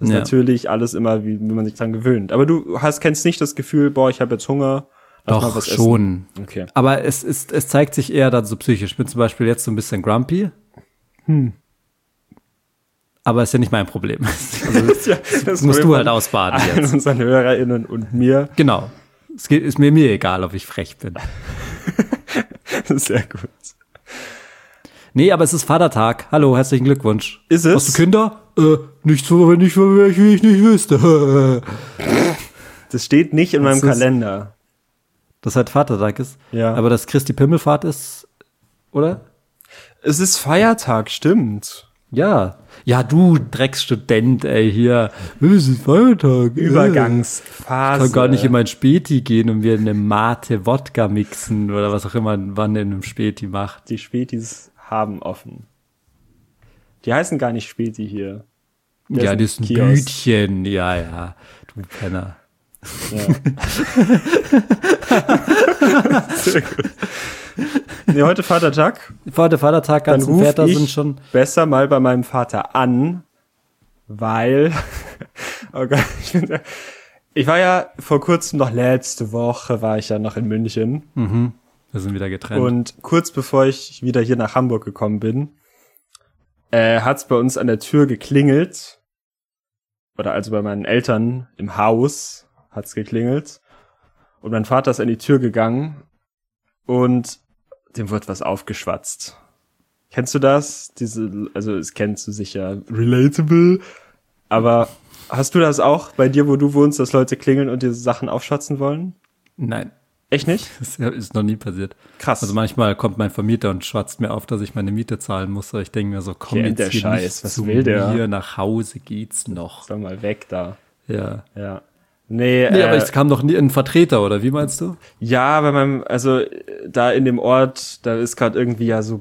S2: Das ist
S4: Ja.
S2: natürlich alles immer, wie, wie man sich dran gewöhnt. Aber du hast, kennst nicht das Gefühl, boah, ich habe jetzt Hunger. lass mal
S4: doch,
S2: was essen.
S4: schon.
S2: Okay.
S4: Aber es, ist, es zeigt sich eher dann so psychisch. Ich bin zum Beispiel jetzt so ein bisschen grumpy. Hm. Aber ist ja nicht mein Problem. Also,
S2: Ja, das
S4: musst
S2: will
S4: du
S2: man
S4: halt ausbaden
S2: allen
S4: jetzt.
S2: unseren HörerInnen und mir.
S4: Genau. Es geht, ist mir, mir egal, ob ich frech bin.
S2: Sehr gut.
S4: Nee, aber es ist Vatertag. Hallo, herzlichen Glückwunsch.
S2: Ist es?
S4: Hast du Kinder? Äh, nicht so, wenn ich, wenn ich, wie ich nicht wüsste.
S2: Das steht nicht in meinem
S4: ist-
S2: Kalender.
S4: Das halt Vatertag ist.
S2: Ja.
S4: Aber dass Christi Pimmelfahrt ist, oder?
S2: Es ist Feiertag, stimmt.
S4: Ja. Ja, du Drecksstudent, ey, hier. Es ist Feiertag. äh. Ich
S2: Übergangsphase.
S4: kann gar nicht in mein Späti gehen und mir eine Mate Wodka mixen oder was auch immer man in einem Späti macht.
S2: die Spätis haben offen. Die heißen gar nicht Späti hier. Der
S4: ja,
S2: ist
S4: das ist ein
S2: Kiosk.
S4: Bütchen. Ja, ja. Du Penner.
S2: Nee, heute Vatertag.
S4: Vor der Vatertag,
S2: Dann
S4: ganzen
S2: rufe
S4: Väter
S2: ich
S4: sind schon.
S2: besser mal bei meinem Vater an, weil oh Gott, ich, bin, ich war ja vor kurzem noch letzte Woche war ich ja noch in München
S4: Mhm. Wir sind wieder getrennt.
S2: und kurz bevor ich wieder hier nach Hamburg gekommen bin, äh, hat's bei uns an der Tür geklingelt. Oder also bei meinen Eltern im Haus hat's geklingelt. Und mein Vater ist an die Tür gegangen und dem wird was aufgeschwatzt. Kennst du das? Diese, also es kennst du sicher. Relatable. Aber hast du das auch bei dir, wo du wohnst, dass Leute klingeln und dir Sachen aufschwatzen wollen?
S4: Nein,
S2: Echt nicht?
S4: das ist noch nie passiert.
S2: Krass.
S4: Also manchmal kommt mein Vermieter und schwatzt mir auf, dass ich meine Miete zahlen muss. Aber ich denke mir so, komm
S2: Kennt
S4: jetzt
S2: der
S4: hier
S2: Scheiß,
S4: nicht
S2: was
S4: zu
S2: will der?
S4: mir, nach Hause geht's noch.
S2: Sag mal weg da.
S4: Ja.
S2: Ja. Nee,
S4: Nee,
S2: äh,
S4: aber es kam noch nie ein Vertreter, oder wie meinst du?
S2: ja, bei meinem, also äh, da in dem Ort, da ist gerade irgendwie ja so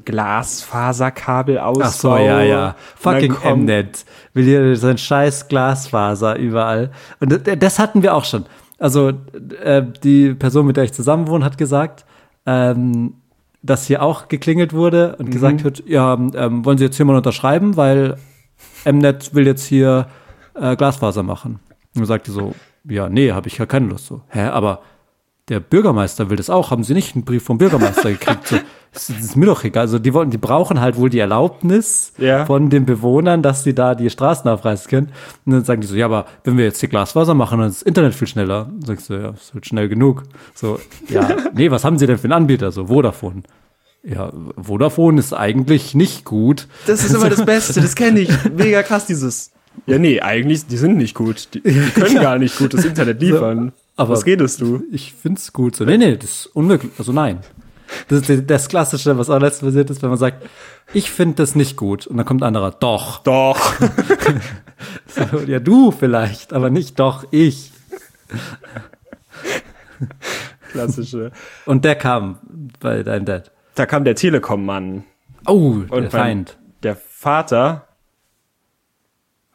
S2: Glasfaserkabel aus.
S4: Ach so, ja, ja. Fucking Mnet. Will hier sein scheiß Glasfaser überall. Und d- das hatten wir auch schon. Also äh, die Person, mit der ich zusammen wohne, hat gesagt, ähm, dass hier auch geklingelt wurde
S2: Mhm.
S4: und gesagt wird, ja, ähm, wollen Sie jetzt hier mal unterschreiben, weil Mnet will jetzt hier äh, Glasfaser machen. Und dann sagte so, ja, nee, habe ich ja keine Lust so. Hä, aber der Bürgermeister will das auch. Haben Sie nicht einen Brief vom Bürgermeister gekriegt? So, das ist, das ist mir doch egal. Also die wollen, die brauchen halt wohl die Erlaubnis
S2: Ja.
S4: von den Bewohnern, dass sie da die Straßen aufreißen können. Und dann sagen die so, ja, aber wenn wir jetzt hier Glasfaser machen, dann ist das Internet viel schneller. Dann sagst du, ja, ist halt schnell genug. So, ja, nee, was haben Sie denn für einen Anbieter? So, Vodafone. Ja, Vodafone ist eigentlich nicht gut.
S2: Das ist immer das Beste, das kenne ich. Mega krass, dieses. Ja, nee, eigentlich, die sind nicht gut. Die, die können gar nicht gut das Internet liefern.
S4: aber-
S2: Was redest du?
S4: Ich find's gut so. Nee, nee, das ist unmöglich. Also nein. Das ist das Klassische, was auch letztens passiert ist, wenn man sagt, ich finde das nicht gut. Und dann kommt ein anderer, doch.
S2: Doch.
S4: Ja, du vielleicht, aber nicht doch ich.
S2: Klassische.
S4: Und der kam bei deinem Dad.
S2: Da kam der Telekom-Mann.
S4: Oh,
S2: Und
S4: der
S2: mein-
S4: Feind.
S2: Der Vater.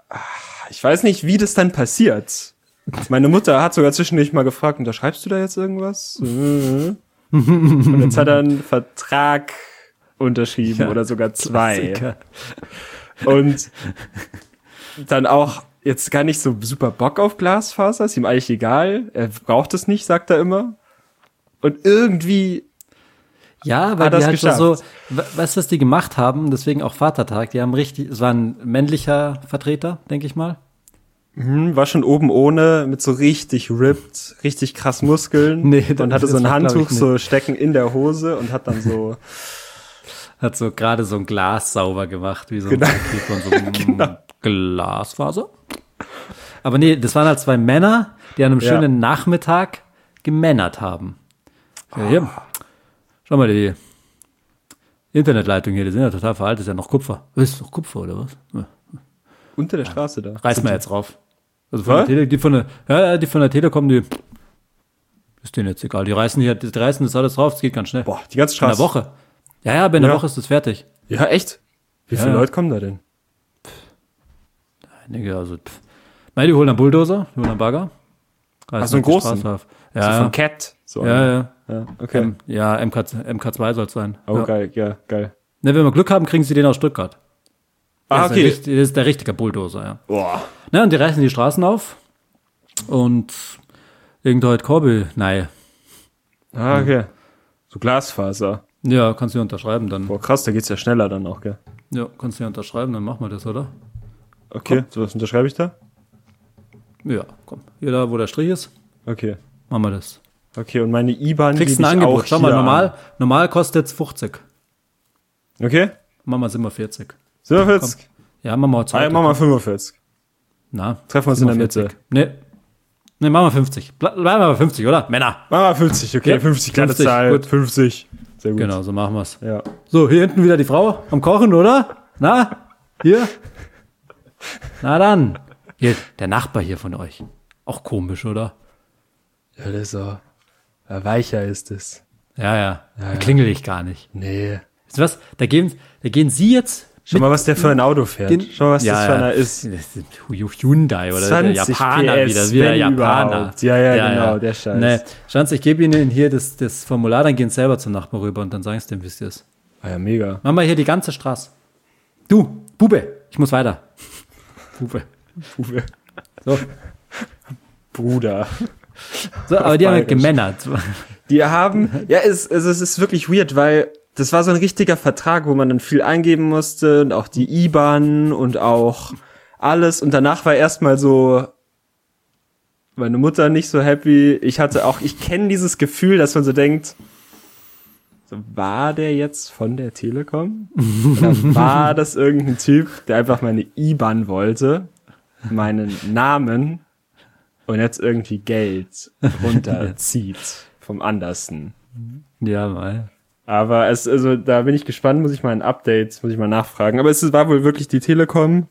S2: Ah, Ich weiß nicht, wie das dann passiert. Meine Mutter hat sogar zwischendurch mal gefragt, unterschreibst du da jetzt irgendwas? Und jetzt hat er einen Vertrag unterschrieben
S4: Ja,
S2: oder sogar zwei.
S4: Klassiker.
S2: Und dann auch jetzt gar nicht so super Bock auf Glasfaser, ist ihm eigentlich egal. Er braucht es nicht, sagt er immer. Und irgendwie,
S4: Ja, weil
S2: Hat er's
S4: die halt schon so,
S2: geschafft.
S4: we- weißt du, was die gemacht haben? Deswegen auch Vatertag. Die haben richtig, es war ein männlicher Vertreter, denke ich mal.
S2: hm, war schon oben ohne, mit so richtig ripped, richtig krass Muskeln.
S4: Nee,
S2: und hatte
S4: das
S2: so ein
S4: war, glaub ich,
S2: Handtuch
S4: nicht.
S2: so stecken in der Hose und hat dann so,
S4: Hat so gerade so ein Glas sauber gemacht, wie so
S2: Genau.
S4: ein Paket von so einem Glasfaser. Aber nee, das waren halt zwei Männer, die an einem
S2: Ja.
S4: schönen Nachmittag gemännert haben. Ja, hier. Schau mal, die Internetleitung hier, die sind ja total veraltet, ist ja noch Kupfer. Ist doch Kupfer, oder was? Ja.
S2: unter der Straße da.
S4: Reiß mal jetzt rauf. Also von der
S2: Hä?
S4: Tele, die, von der, ja, ja, die von der Telekom, die ist denen jetzt egal. Die reißen, hier, die reißen das alles rauf, es geht ganz schnell.
S2: Boah, die ganze
S4: in der
S2: Straße.
S4: Woche. Ja, ja, aber in der
S2: Ja.
S4: Woche ist das fertig.
S2: Ja, echt? Wie
S4: Ja,
S2: viele
S4: ja.
S2: Leute kommen da denn?
S4: Einige, also, pff. Nein, die holen einen Bulldozer, die holen einen Bagger. Reißen
S2: so einen
S4: die
S2: großen?
S4: Straße auf.
S2: So
S4: Ja,
S2: von Cat. So
S4: ja, ja.
S2: ja. Okay.
S4: Ja, MK, MK2 soll es sein.
S2: Oh,
S4: ja.
S2: geil, Ähm, ja, geil.
S4: Ne, wenn wir Glück haben, kriegen sie den aus Stuttgart.
S2: Ah,
S4: Das ist, der,
S2: okay.
S4: richt- das ist der richtige Bulldozer, ja.
S2: Boah.
S4: Ne, und die reißen die Straßen auf. Und irgendwo heute Korbel, nein.
S2: Ah, okay. So Glasfaser.
S4: Ja, kannst du ja unterschreiben dann.
S2: Boah, krass, da geht's ja schneller dann auch, gell?
S4: Ja, kannst du ja unterschreiben, dann machen wir das, oder?
S2: Okay, so was unterschreibe ich da?
S4: Ja, komm. Hier da, wo der Strich ist,
S2: Okay.
S4: machen wir das.
S2: Okay, und meine IBAN
S4: Kriegst ein
S2: gebe ich auch
S4: Angebot. Schau mal,
S2: hier
S4: normal, normal kostet es 50.
S2: An. Okay?
S4: Machen wir sind wir 40.
S2: 47?
S4: Ja, machen wir
S2: Ah, ja,
S4: 20.
S2: mach mal 45.
S4: Na,
S2: Treffen wir uns in der Mitte.
S4: 40. Nee. Nee, machen wir 50. Ble bleiben wir bei 50, oder? Männer.
S2: Mach mal 50, Ah, okay?
S4: Ja,
S2: 50, kleine
S4: 50,
S2: Zahl.
S4: gut.
S2: 50. Sehr gut.
S4: Genau, so machen wir's.
S2: Ja.
S4: So, hier hinten wieder die Frau am Kochen, oder? Na? Hier? Na dann. Hier, der Nachbar hier von euch. Auch komisch, oder?
S2: Ja, das ist so. Äh, Weicher ist es.
S4: Ja, ja. Da klingel ich gar nicht.
S2: Nee.
S4: Weißt du was? Da gehen, da gehen Sie jetzt
S2: Schau mal, was der für ein Auto fährt.
S4: Den-
S2: Schau mal, was das für einer ist.
S4: Das ist Hyundai oder der
S2: 20
S4: Japaner
S2: PS,
S4: wieder, wieder
S2: wenn
S4: Japaner.
S2: überhaupt. Ja, ja, genau, der Scheiß.
S4: Nee, Schanz, ich gebe Ihnen hier das, das Formular, dann gehen Sie selber zum Nachbar rüber und dann sagen Sie dem, wie es ist.
S2: Ah ja, mega.
S4: Mach mal hier die ganze Straße. Du, Bube, ich muss weiter. Bube.
S2: Uwe.
S4: So,
S2: Bruder.
S4: so aber die haben halt
S2: Bayerisch.
S4: gemännert.
S2: Die haben, ja, es, es, es ist wirklich weird, weil das war so ein richtiger Vertrag, wo man dann viel eingeben musste und auch die IBAN und auch alles. Und danach war erstmal so, meine Mutter nicht so happy. Ich hatte auch, ich kenne dieses Gefühl, dass man so denkt, so, war der jetzt von der Telekom? Oder war das irgendein Typ, der einfach meine IBAN wollte, meinen Namen und jetzt irgendwie Geld runterzieht vom Andersen?
S4: Ja,
S2: Äh.
S4: mal.
S2: Aber es, also da bin ich gespannt, muss ich mal ein Update, muss ich mal nachfragen. Aber es war wohl wirklich die Telekom.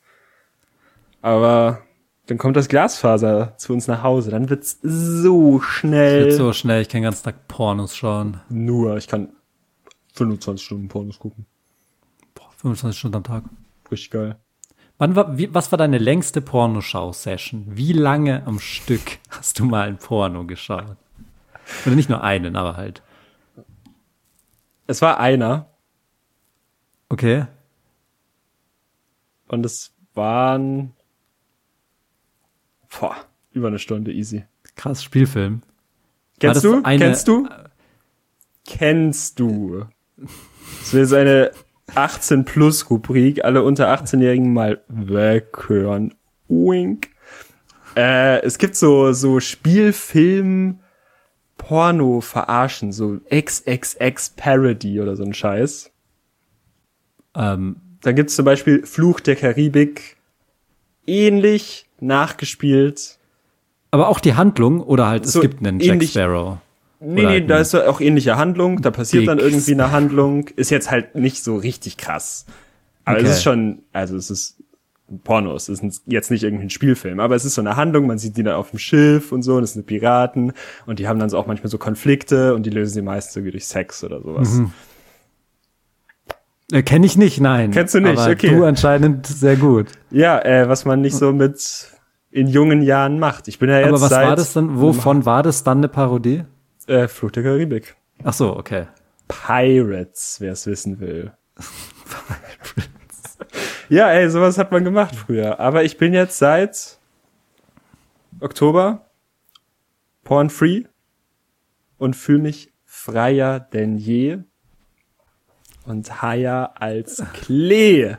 S2: Aber dann kommt das Glasfaser zu uns nach Hause. Dann wird's so
S4: Ich
S2: schnell.
S4: bin so schnell, ich kann den ganzen Tag Pornos schauen.
S2: Nur, ich kann 25 Stunden Pornos gucken.
S4: Boah, 25 Stunden am Tag.
S2: Richtig geil.
S4: Wann war, wie, was war deine längste Pornoschau-Session? Wie lange am Stück hast du mal ein Porno geschaut? Oder nicht nur einen, aber halt.
S2: Es war einer
S4: Okay.
S2: und es waren boah, über eine Stunde easy.
S4: Krass, Spielfilm.
S2: Kennst
S4: das
S2: du?
S4: eine-
S2: Kennst du? Kennst du? Es wird eine 18 Plus Rubrik, alle unter 18-Jährigen mal weghören. Wink. Äh, es gibt so so Spielfilm Porno verarschen, so XXX Parody oder so ein Scheiß.
S4: Ähm,
S2: Dann gibt's zum Beispiel Fluch der Karibik ähnlich nachgespielt.
S4: aber auch die Handlung oder halt,
S2: So
S4: es gibt einen Jack
S2: ähnlich-
S4: Sparrow.
S2: Nee,
S4: Oder
S2: nee,
S4: halt
S2: da
S4: ein
S2: ist auch ähnliche Handlung, da passiert dann
S4: Dicks.
S2: irgendwie eine Handlung, ist jetzt halt nicht so richtig krass. Aber
S4: Okay.
S2: es ist schon, also es ist ein Porno, es ist ein- jetzt nicht irgendein Spielfilm, aber es ist so eine Handlung, man sieht die dann auf dem Schiff und so, und es sind Piraten und die haben dann so auch manchmal so Konflikte und die lösen sie meist irgendwie durch Sex oder sowas.
S4: Mhm. Äh, Kenne ich nicht, nein.
S2: Kennst du nicht,
S4: aber
S2: okay.
S4: Du anscheinend sehr gut.
S2: Ja, äh, was man nicht so mit in jungen Jahren macht. Ich bin ja jetzt
S4: aber was
S2: seit
S4: war das dann? Wovon war das dann eine Parodie?
S2: äh, Flucht der Karibik.
S4: Ach so, okay.
S2: Pirates, wer es wissen will. ja, ey, sowas hat man gemacht früher. Aber ich bin jetzt seit Oktober porn-free und fühle mich freier denn je und higher als Klee.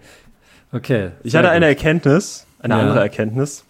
S4: Okay.
S2: Ich
S4: sehr
S2: hatte
S4: gut.
S2: eine Erkenntnis, eine
S4: Ja.
S2: andere Erkenntnis.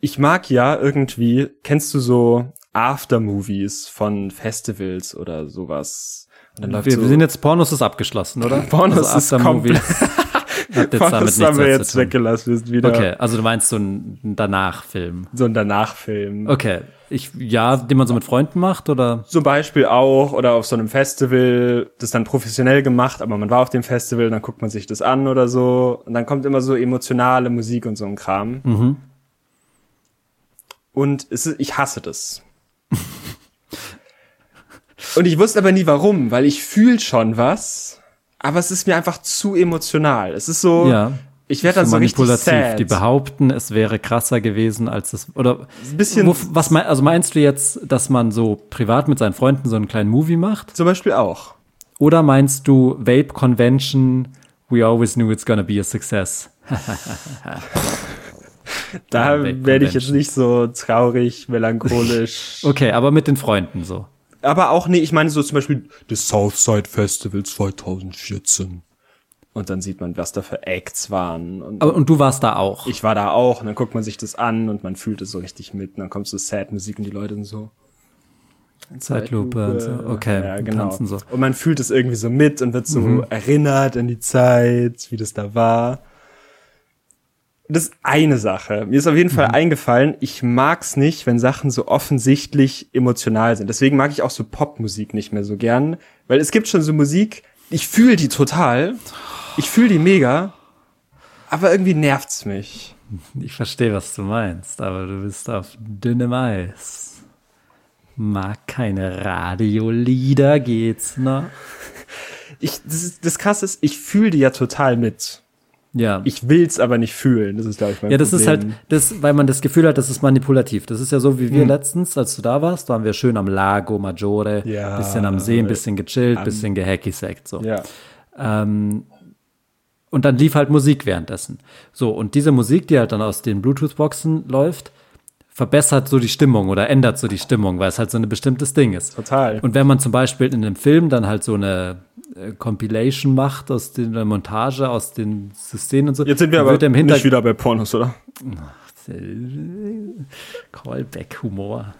S2: Ich mag ja irgendwie, kennst du so Aftermovies von Festivals oder sowas? Und dann läuft
S4: Wir,
S2: so,
S4: wir sind jetzt Pornos ist abgeschlossen, oder? Also
S2: Pornos ist
S4: Aftermovies hat jetzt
S2: Boah,
S4: damit
S2: das
S4: nichts
S2: haben wir
S4: mehr
S2: jetzt
S4: zu tun.
S2: weggelassen, wir sind wieder
S4: Okay, also du meinst so einen Danach-Film.
S2: so ein Danachfilm.
S4: Okay. Ich, ja, den man so mit Freunden macht, oder?
S2: Zum Beispiel auch oder auf so einem Festival, das dann professionell gemacht, aber man war auf dem Festival, dann guckt man sich das an oder so und dann kommt immer so emotionale Musik und so ein Kram.
S4: Mhm.
S2: Und es ist, ich hasse das. und ich wusste aber nie warum, weil ich fühl schon was, aber es ist mir einfach zu emotional. Es ist so,
S4: Ja.
S2: ich werde dann so,
S4: So
S2: richtig sad.
S4: Die behaupten, es wäre krasser gewesen als das, oder?
S2: Ein bisschen-
S4: was mein, also meinst du jetzt, dass man so privat mit seinen Freunden so einen kleinen Movie macht?
S2: Zum Beispiel auch.
S4: Oder meinst du Vape Convention, we always knew it's gonna be a success?
S2: Da
S4: Weg
S2: werde ich jetzt
S4: Convention.
S2: nicht so traurig, melancholisch.
S4: Okay, aber mit den Freunden so.
S2: aber auch nee, ich meine so zum Beispiel das Southside Festival 2014. Und dann sieht man, was da für Acts waren. Und
S4: Aber, und du warst da auch.
S2: ich war da auch und dann guckt man sich das an und man fühlt es so richtig mit. Und dann kommt so Sad Musik und die Leute sind so.
S4: Zeitlupe und so. Okay,
S2: ja,
S4: und
S2: genau.
S4: tanzen so. Mhm.
S2: Und man fühlt es irgendwie so mit und wird so erinnert an die Zeit, wie das da war. Das ist eine Sache. Mir ist auf jeden Fall
S4: Mhm.
S2: eingefallen, ich mag's nicht, wenn Sachen so offensichtlich emotional sind. Deswegen mag ich auch so Popmusik nicht mehr so gern, weil es gibt schon so Musik, ich fühle die total, ich fühle die mega, aber irgendwie nervt's mich.
S4: Ich verstehe, was du meinst, aber du bist auf dünnem Eis. Mag keine Radiolieder, geht's, ne?
S2: Ich, das, ist, das Krasse ist, ich fühle die ja total mit.
S4: Ja.
S2: Ich will's aber nicht fühlen. Das ist, glaube ich, mein
S4: ja, das ist
S2: Problem. Hm.
S4: halt, das, weil man das Gefühl hat, das ist manipulativ. Das ist ja so wie wir letztens, als du da warst, waren wir schön am Lago Maggiore,
S2: Ja. äh,
S4: bisschen am See, ein bisschen gechillt, bisschen gehackysackt, so.
S2: Ja.
S4: Und dann lief halt Musik währenddessen. So, und diese Musik, die halt dann aus den Bluetooth-Boxen läuft, verbessert so die Stimmung oder ändert so die Stimmung, weil es halt so ein bestimmtes Ding ist.
S2: Total.
S4: Und wenn man zum Beispiel in einem Film dann halt so eine äh, Compilation macht aus den der Montage, aus den Szenen und so,
S2: Jetzt sind wir
S4: dann
S2: aber
S4: wird im
S2: nicht
S4: Hintergrund
S2: wieder bei Pornos, oder?
S4: Callback-Humor.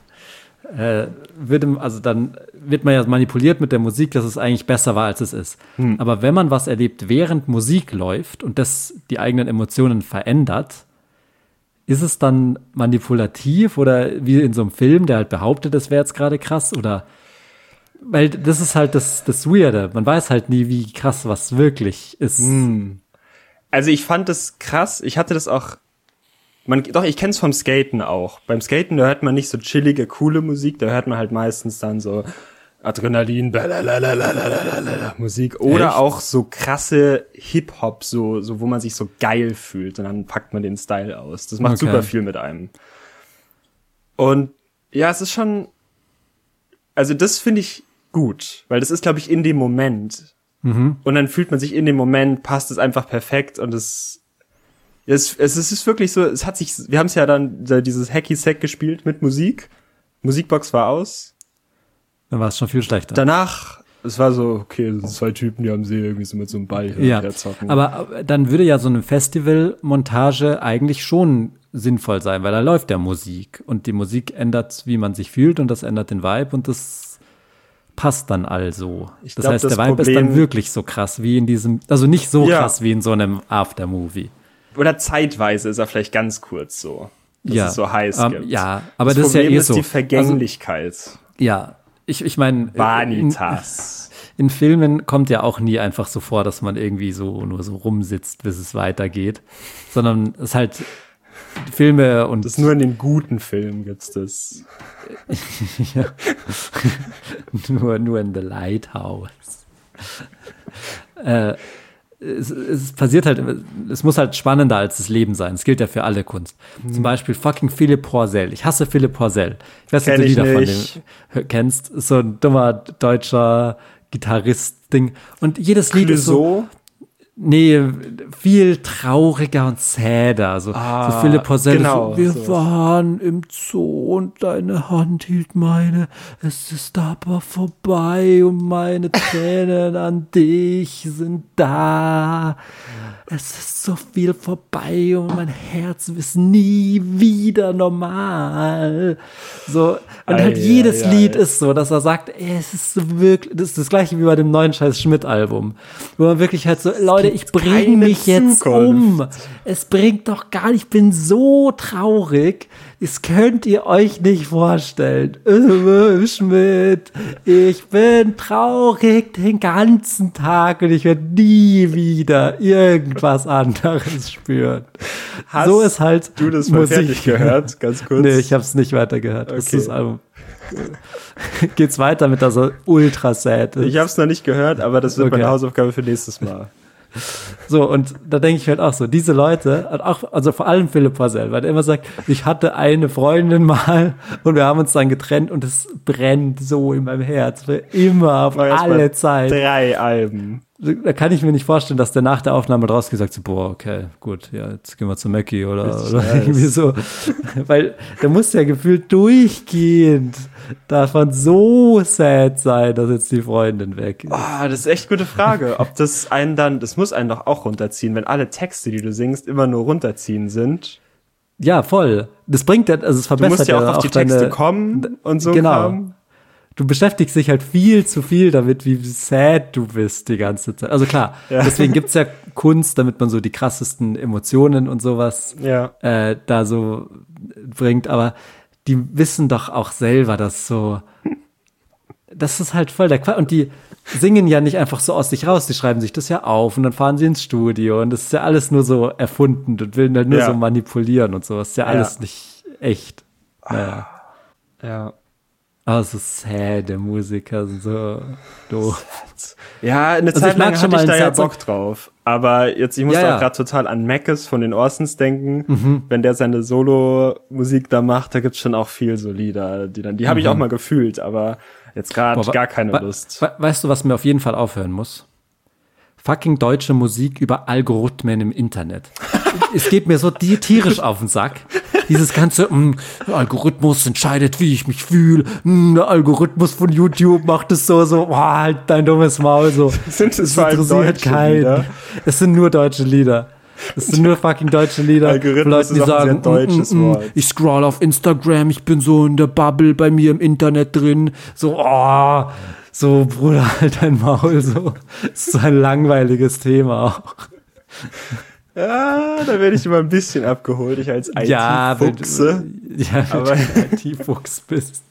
S4: Äh, wird, im- also dann wird man ja manipuliert mit der Musik, dass es eigentlich besser war, als es ist. Aber wenn man was erlebt, während Musik läuft und das die eigenen Emotionen verändert, ist es dann manipulativ oder wie in so einem Film, der halt behauptet, das wäre jetzt gerade krass oder weil das ist halt das, das Weirde. Man weiß halt nie, wie krass was wirklich ist.
S2: Also ich fand das krass. Ich hatte das auch. Man, doch, ich kenn's vom Skaten auch. Beim Skaten, da hört man nicht so chillige, coole Musik, da hört man halt meistens dann so Adrenalin, blalalalalalala Musik. Oder
S4: Echt?
S2: auch so krasse Hip-Hop, so, so, wo man sich so geil fühlt. Und dann packt man den Style aus. Das macht
S4: Okay.
S2: super viel mit einem. Und ja, es ist schon. Also, das finde ich gut, weil das ist, glaube ich, in dem Moment. Und dann fühlt man sich in dem Moment, passt es einfach perfekt und es, es, es, es ist wirklich so, es hat sich, wir haben es ja dann da dieses Hacky-Sack gespielt mit Musik. Musikbox war aus.
S4: Dann war es schon viel schlechter.
S2: Danach, es war so, okay, das sind zwei Typen, die am See irgendwie so mit so einem Ball hin und
S4: ja,
S2: her zocken.
S4: aber äh, dann würde ja so eine Festivalmontage eigentlich schon sinnvoll sein, weil da läuft ja Musik und die Musik ändert, wie man sich fühlt und das ändert den Vibe und das passt dann also.
S2: Ich
S4: das
S2: glaub,
S4: heißt,
S2: das
S4: der Vibe ist dann
S2: Problem-
S4: wirklich so krass wie in diesem, also nicht so
S2: Ja.
S4: krass wie in so einem Aftermovie.
S2: Oder zeitweise ist er vielleicht ganz kurz so. Dass
S4: Ja,
S2: es so heiß
S4: ähm,
S2: gibt.
S4: ja, aber das ist ja
S2: Problem
S4: eh
S2: ist
S4: so.
S2: die
S4: Also-
S2: Vergänglichkeit.
S4: Ja, ich, ich meine, in,
S2: Vanitas.
S4: in Filmen kommt ja auch nie einfach so vor, dass man irgendwie so nur so rumsitzt, bis es weitergeht, sondern es halt Filme und
S2: Das ist nur in den guten Filmen gibt's das.
S4: nur, nur in The Lighthouse. äh, es, es passiert halt, es muss halt spannender als das Leben sein. Es gilt ja für alle Kunst.
S2: Mhm.
S4: Zum Beispiel fucking Philipp Porzell. Ich hasse Philipp Porzell. Ich weiß nicht, ob
S2: Kenn
S4: du
S2: ich
S4: Lieder von dem
S2: nicht.
S4: hö- kennst. Ist So ein dummer deutscher Gitarrist-Ding. Und jedes Lied ist so,
S2: Clouseau?
S4: nee, viel trauriger und sadder. So, so Philipp Porzell
S2: genau,
S4: ist Ah, so, wir
S2: sowas.
S4: waren im Zoo und deine Hand hielt meine, es ist aber vorbei und meine Tränen an dich sind da. Es ist so viel vorbei und mein Herz ist nie wieder normal. So, und halt
S2: Ei,
S4: jedes
S2: ei,
S4: Lied
S2: ei.
S4: ist so, dass er sagt, ey, es ist wirklich, das ist das gleiche wie bei dem neuen Scheiß Schmidt-Album. Wo man wirklich halt so, Leute, ich bringe
S2: keine
S4: mich jetzt
S2: Zukunft.
S4: um. Es bringt doch gar nicht, ich bin so traurig. Das könnt ihr euch nicht vorstellen. Öwe Schmidt, ich bin traurig den ganzen Tag und ich werde nie wieder irgendwas anderes spüren.
S2: Hast
S4: so ist halt
S2: du das mal fertig gehört? Ganz kurz.
S4: Nee, ich habe es nicht weitergehört. Das
S2: Okay.
S4: ist das Album. Geht's weiter mit, dass er ultra sad ist.
S2: Ich habe es noch nicht gehört, aber das wird
S4: Okay.
S2: meine Hausaufgabe für nächstes Mal.
S4: So, und da denke ich halt auch so, diese Leute, und auch, also vor allem Philipp Porzell, weil der immer sagt, ich hatte eine Freundin mal und wir haben uns dann getrennt und es brennt so in meinem Herz für immer, auf
S2: Erst mal
S4: alle Zeit.
S2: Drei Alben.
S4: Da kann ich mir nicht vorstellen, dass der nach der Aufnahme draus gesagt hat, boah, okay, gut, ja, jetzt gehen wir zu Mackie oder,
S2: Richtig
S4: oder
S2: nice.
S4: irgendwie so. Weil der muss ja gefühlt durchgehend davon so sad sein, dass jetzt die Freundin weg ist.
S2: Ah, das ist echt gute Frage. Ob das einen dann, das muss einen doch auch runterziehen, wenn alle Texte, die du singst, immer nur runterziehen sind.
S4: Ja, voll. Das bringt ja, also es
S2: Du
S4: verbessert
S2: musst ja auch
S4: dann
S2: auf die
S4: deine-
S2: Texte kommen und so.
S4: genau.
S2: Kram.
S4: du beschäftigst dich halt viel zu viel damit, wie sad du bist die ganze Zeit. Also klar, deswegen gibt's ja Kunst, damit man so die krassesten Emotionen und sowas
S2: Ja.
S4: äh, da so bringt. Aber die wissen doch auch selber, dass so, das ist halt voll der Quatsch. Und die singen ja nicht einfach so aus sich raus, die schreiben sich das ja auf und dann fahren sie ins Studio und das ist ja alles nur so erfunden und will halt nur
S2: Ja.
S4: so manipulieren und sowas. Ist ja, alles nicht echt. Naja.
S2: Ja.
S4: Ah, so sad, der Musiker, so doof.
S2: Ja, eine
S4: Also ich
S2: Zeit lang
S4: mag schon
S2: hatte ich
S4: mal
S2: da
S4: einen
S2: ja
S4: Satz-
S2: Bock drauf. Aber jetzt, ich musste
S4: Ja, Mhm. ja.
S2: auch gerade total an Mackes von den Orsons denken. Wenn der seine Solo-Musik da macht, da gibt's schon auch viel so Lieder, die dann, die habe ich auch mal gefühlt, aber jetzt gerade
S4: Mhm. Boah, wa-
S2: gar keine
S4: wa-
S2: Lust.
S4: wa- Weißt du, was mir auf jeden Fall aufhören muss? Fucking deutsche Musik über Algorithmen im Internet. es geht mir so die- tierisch auf den Sack. Dieses ganze, mm, Algorithmus entscheidet, wie ich mich fühle. Mm, der Algorithmus von YouTube macht es so, so, boah, halt dein dummes Maul, so.
S2: Sind es
S4: Das
S2: vor allem
S4: interessiert
S2: deutsche
S4: keinen.
S2: Lieder?
S4: Es sind nur deutsche Lieder. Das sind nur fucking deutsche Lieder.
S2: Algorithmus
S4: Leute, die
S2: ist auch ein
S4: sagen,
S2: sehr deutsches
S4: "Mm, mm, mm,
S2: Wort."
S4: ich scroll auf Instagram, ich bin so in der Bubble bei mir im Internet drin. So, oh, so, Bruder, halt dein Maul. So, das ist ein langweiliges Thema auch.
S2: Ja, da werde ich immer ein bisschen abgeholt, ich als
S4: Ja, wenn du-
S2: IT-Fuchse.
S4: Ja, wenn
S2: Aber-
S4: du ein IT-Fuchs bist.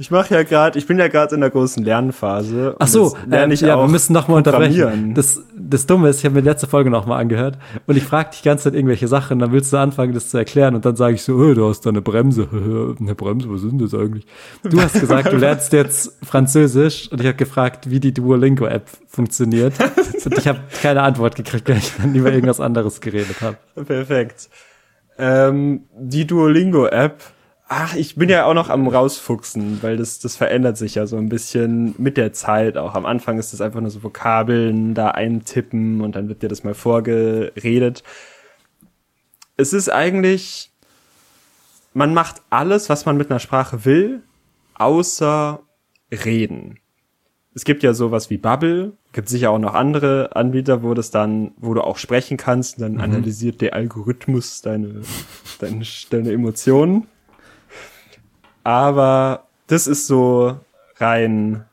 S2: Ich mache ja gerade, ich bin ja gerade in der großen Lernphase. und
S4: Ach so,
S2: jetzt lerne
S4: äh,
S2: ich
S4: ja,
S2: auch
S4: wir müssen nochmal
S2: programmieren.
S4: unterbrechen. Das, das Dumme ist, ich habe mir die letzte Folge nochmal angehört und ich frage dich die ganze Zeit irgendwelche Sachen, dann willst du anfangen, das zu erklären und dann sage ich so, "Oh, du hast da eine Bremse. Eine Bremse, was ist denn das eigentlich? Du hast gesagt, du lernst jetzt Französisch und ich habe gefragt, wie die Duolingo-App funktioniert und ich habe keine Antwort gekriegt, weil ich dann über irgendwas anderes geredet habe.
S2: Perfekt. Ähm, die Duolingo-App. Ach, ich bin ja auch noch am rausfuchsen, weil das, das verändert sich ja so ein bisschen mit der Zeit auch. Am Anfang ist das einfach nur so Vokabeln, da eintippen und dann wird dir das mal vorgeredet. Es ist eigentlich, man macht alles, was man mit einer Sprache will, außer reden es gibt ja sowas wie Bubble, gibt sicher auch noch andere Anbieter, wo das dann, wo du auch sprechen kannst, dann analysiert der Algorithmus deine, deine, deine Emotionen. Aber das ist so rein,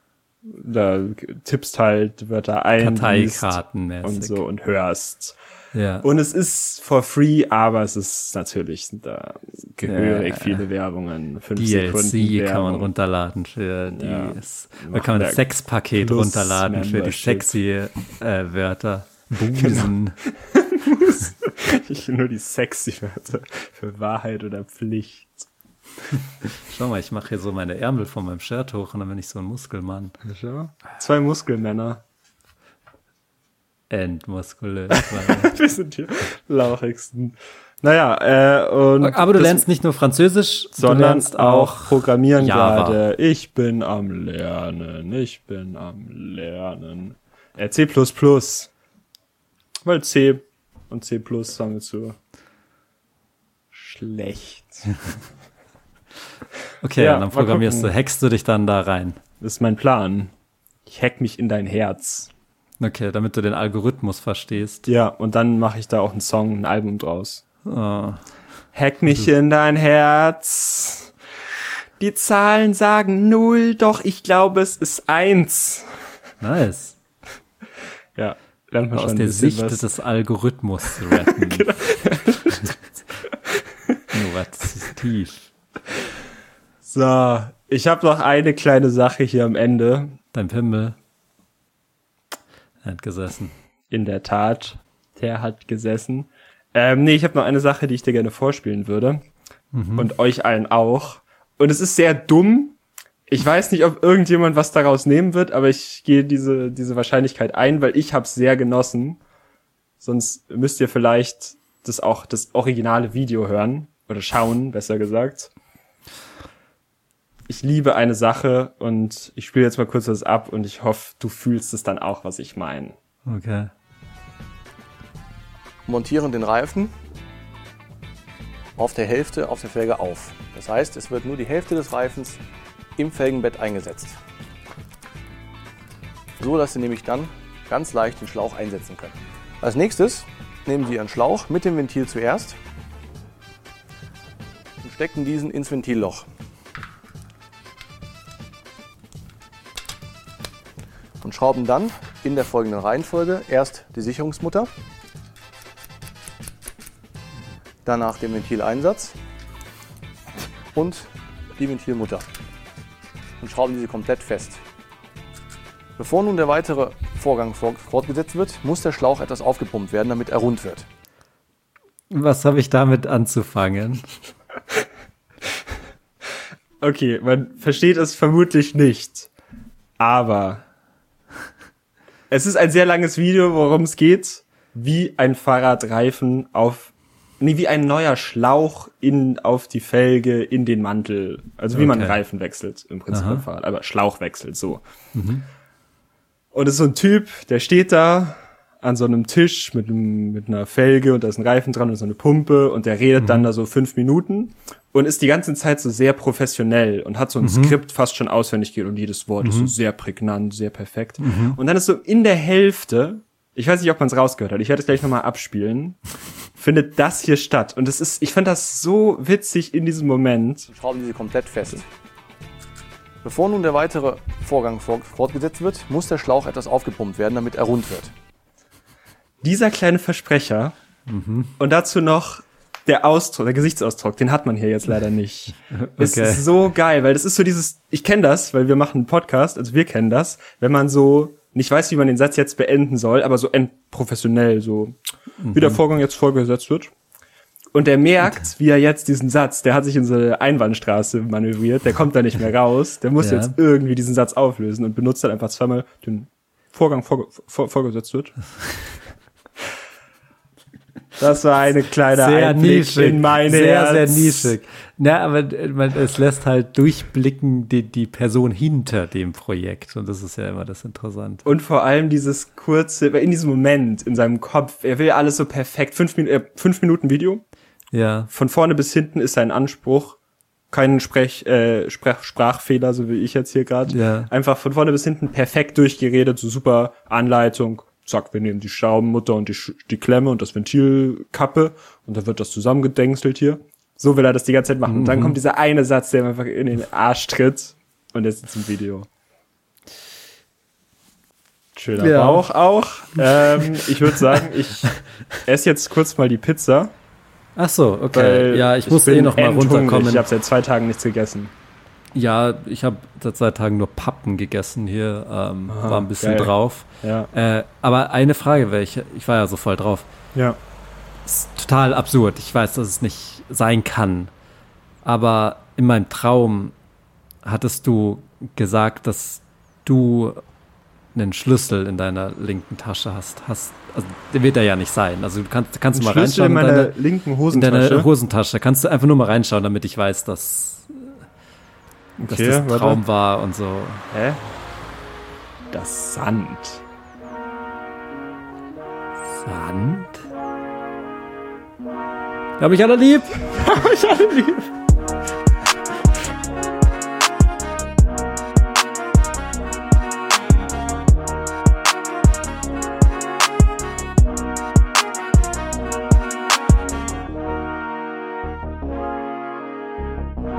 S2: da tippst halt Wörter ein, liest und
S4: Karteikartenmäßig.
S2: so und hörst.
S4: Ja.
S2: Und es ist for free, aber es ist natürlich sind da gehörig
S4: Ja.
S2: viele Werbungen, fünf Sekunden
S4: DLC kann man
S2: Werbung.
S4: runterladen für die.
S2: Ja.
S4: Da kann man
S2: Machwerk.
S4: das Sexpaket
S2: Plus
S4: runterladen für die
S2: Membership. Genau.
S4: sexy äh, Wörter. Busen.
S2: Ich nur die sexy Wörter für Wahrheit oder Pflicht.
S4: Schau mal, ich mache hier so meine Ärmel von meinem Shirt hoch und dann bin ich so ein Muskelmann.
S2: Zwei Muskelmänner.
S4: Endmuskulös.
S2: Wir sind die lauchigsten. Naja, äh, und.
S4: Aber du
S2: das-
S4: lernst nicht nur Französisch,
S2: sondern
S4: du lernst
S2: auch Programmieren
S4: Java.
S2: gerade. Ich bin am Lernen. Ich bin am Lernen. Äh, C. Weil C und C sagen wir zu. Schlecht.
S4: Okay,
S2: Ja,
S4: und dann
S2: mal
S4: programmierst du,
S2: gucken.
S4: hackst du dich dann da rein.
S2: Das ist mein Plan. Ich hack mich in dein Herz.
S4: Okay, damit du den Algorithmus verstehst.
S2: Ja, und dann mache ich da auch einen Song, ein Album draus.
S4: Oh.
S2: Hack mich in dein Herz. Die Zahlen sagen null, doch ich glaube, es ist eins.
S4: Nice.
S2: Ja, lernt man schon
S4: Aus
S2: ein
S4: der
S2: bisschen
S4: Sicht
S2: was. Genau.
S4: des Algorithmus zu rappen. Innovativ.
S2: So, ich habe noch eine kleine Sache hier am Ende.
S4: Dein Pimmel. Er hat gesessen.
S2: In der Tat, der hat gesessen. Ähm, nee, ich habe noch eine Sache, die ich dir gerne vorspielen würde. Und euch allen auch. Und es ist sehr dumm. Ich weiß nicht, ob irgendjemand was daraus nehmen wird, aber ich gehe diese, diese Wahrscheinlichkeit ein, weil ich habe es sehr genossen. Sonst müsst ihr vielleicht das auch das originale Video hören oder schauen, besser gesagt. Ich liebe eine Sache und ich spiele jetzt mal kurz was ab und ich hoffe, du fühlst es dann auch, was ich meine.
S4: Okay.
S3: montieren den Reifen auf der Hälfte auf der Felge auf. Das heißt, es wird nur die Hälfte des Reifens im Felgenbett eingesetzt. So, dass Sie nämlich dann ganz leicht den Schlauch einsetzen können. Als nächstes nehmen Sie Ihren Schlauch mit dem Ventil zuerst und stecken diesen ins Ventilloch. Und schrauben dann in der folgenden Reihenfolge erst die Sicherungsmutter, danach den Ventileinsatz und die Ventilmutter und schrauben diese komplett fest. Bevor nun der weitere Vorgang vor- fortgesetzt wird, muss der Schlauch etwas aufgepumpt werden, damit er rund wird.
S4: Was habe ich damit anzufangen?
S2: Okay, man versteht es vermutlich nicht. Aber es ist ein sehr langes Video, worum es geht, wie ein Fahrradreifen auf nee, wie ein neuer Schlauch in auf die Felge in den Mantel, also wie man
S4: Okay.
S2: Reifen wechselt im Prinzip
S4: Aha. Mhm.
S2: beim Fahrrad, aber Schlauch wechselt so. Und es ist so ein Typ, der steht da an so einem Tisch mit, einem, mit einer Felge und da ist ein Reifen dran und so eine Pumpe und der redet dann da so fünf Minuten und ist die ganze Zeit so sehr professionell und hat so ein Skript fast schon auswendig geht und jedes Wort ist so sehr prägnant, sehr perfekt. Und dann ist so in der Hälfte ich weiß nicht, ob man es rausgehört hat. Ich werde es gleich nochmal abspielen. Findet das hier statt? Und es ist, ich fand das so witzig in diesem Moment.
S3: und schrauben diese komplett fest. Bevor nun der weitere Vorgang vor- fortgesetzt wird, muss der Schlauch etwas aufgepumpt werden, damit er rund wird.
S2: Dieser kleine Versprecher und dazu noch der Ausdruck, der Gesichtsausdruck, den hat man hier jetzt leider nicht. Es
S4: Okay.
S2: ist so geil, weil das ist so dieses, ich kenne das, weil wir machen einen Podcast, also wir kennen das, wenn man so nicht weiß, wie man den Satz jetzt beenden soll, aber so professionell, so wie
S4: Mhm.
S2: der Vorgang jetzt vorgesetzt wird. Und der merkt, wie er jetzt diesen Satz, der hat sich in so eine Einbahnstraße manövriert, der kommt da nicht mehr raus, der muss
S4: Ja.
S2: jetzt irgendwie diesen Satz auflösen und benutzt dann einfach zweimal den Vorgang vorge vor vorgesetzt wird. Das war eine kleine
S4: sehr
S2: Einblick
S4: nischig.
S2: in meine
S4: sehr, sehr
S2: Herz.
S4: nischig. Na, aber äh, man, es lässt halt durchblicken die, die Person hinter dem Projekt. Und das ist ja immer das Interessante.
S2: Und vor allem dieses kurze, in diesem Moment in seinem Kopf, er will alles so perfekt. Fünf, Min äh, fünf Minuten Video,
S4: Ja,
S2: von vorne bis hinten ist sein Anspruch. Kein Sprech, äh, Sprach, Sprachfehler, so wie ich jetzt hier gerade.
S4: Ja.
S2: Einfach von vorne bis hinten perfekt durchgeredet, so super Anleitung. Zack, wir nehmen die Schraubenmutter und die, Sch- die Klemme und das Ventilkappe und dann wird das zusammengedengstelt hier. So will er das die ganze Zeit machen.
S4: Mhm.
S2: Und dann kommt dieser eine Satz, der ihm einfach in den Arsch tritt und jetzt ist im Video. Schöner
S4: Ja.
S2: Bauch auch. Ähm, ich würde sagen, ich esse jetzt kurz mal die Pizza.
S4: Ach so, okay.
S2: Weil
S4: ja, ich, muss
S2: bin
S4: eh noch mal
S2: endhungrig.
S4: runterkommen.
S2: Ich habe seit zwei Tagen nichts gegessen.
S4: ja, ich habe seit zwei Tagen nur Pappen gegessen hier, ähm, war ein bisschen
S2: Ah, geil.
S4: drauf.
S2: Ja.
S4: Äh, aber eine Frage, welche, ich war ja so voll drauf.
S2: ja.
S4: Ist total absurd. Ich weiß, dass es nicht sein kann. Aber in meinem Traum hattest du gesagt, dass du einen Schlüssel in deiner linken Tasche hast. hast also, der wird er ja nicht sein. Also du kannst, kannst du mal
S2: Schlüssel
S4: reinschauen
S2: in meiner
S4: deine-
S2: linken
S4: in deiner
S2: Hosentasche.
S4: Hosentasche. Kannst du einfach nur mal reinschauen, damit ich weiß, dass, dass
S2: Okay,
S4: das
S2: warte.
S4: Traum war und so.
S2: Hä? Das Sand.
S4: Sand? Hab mich alle lieb!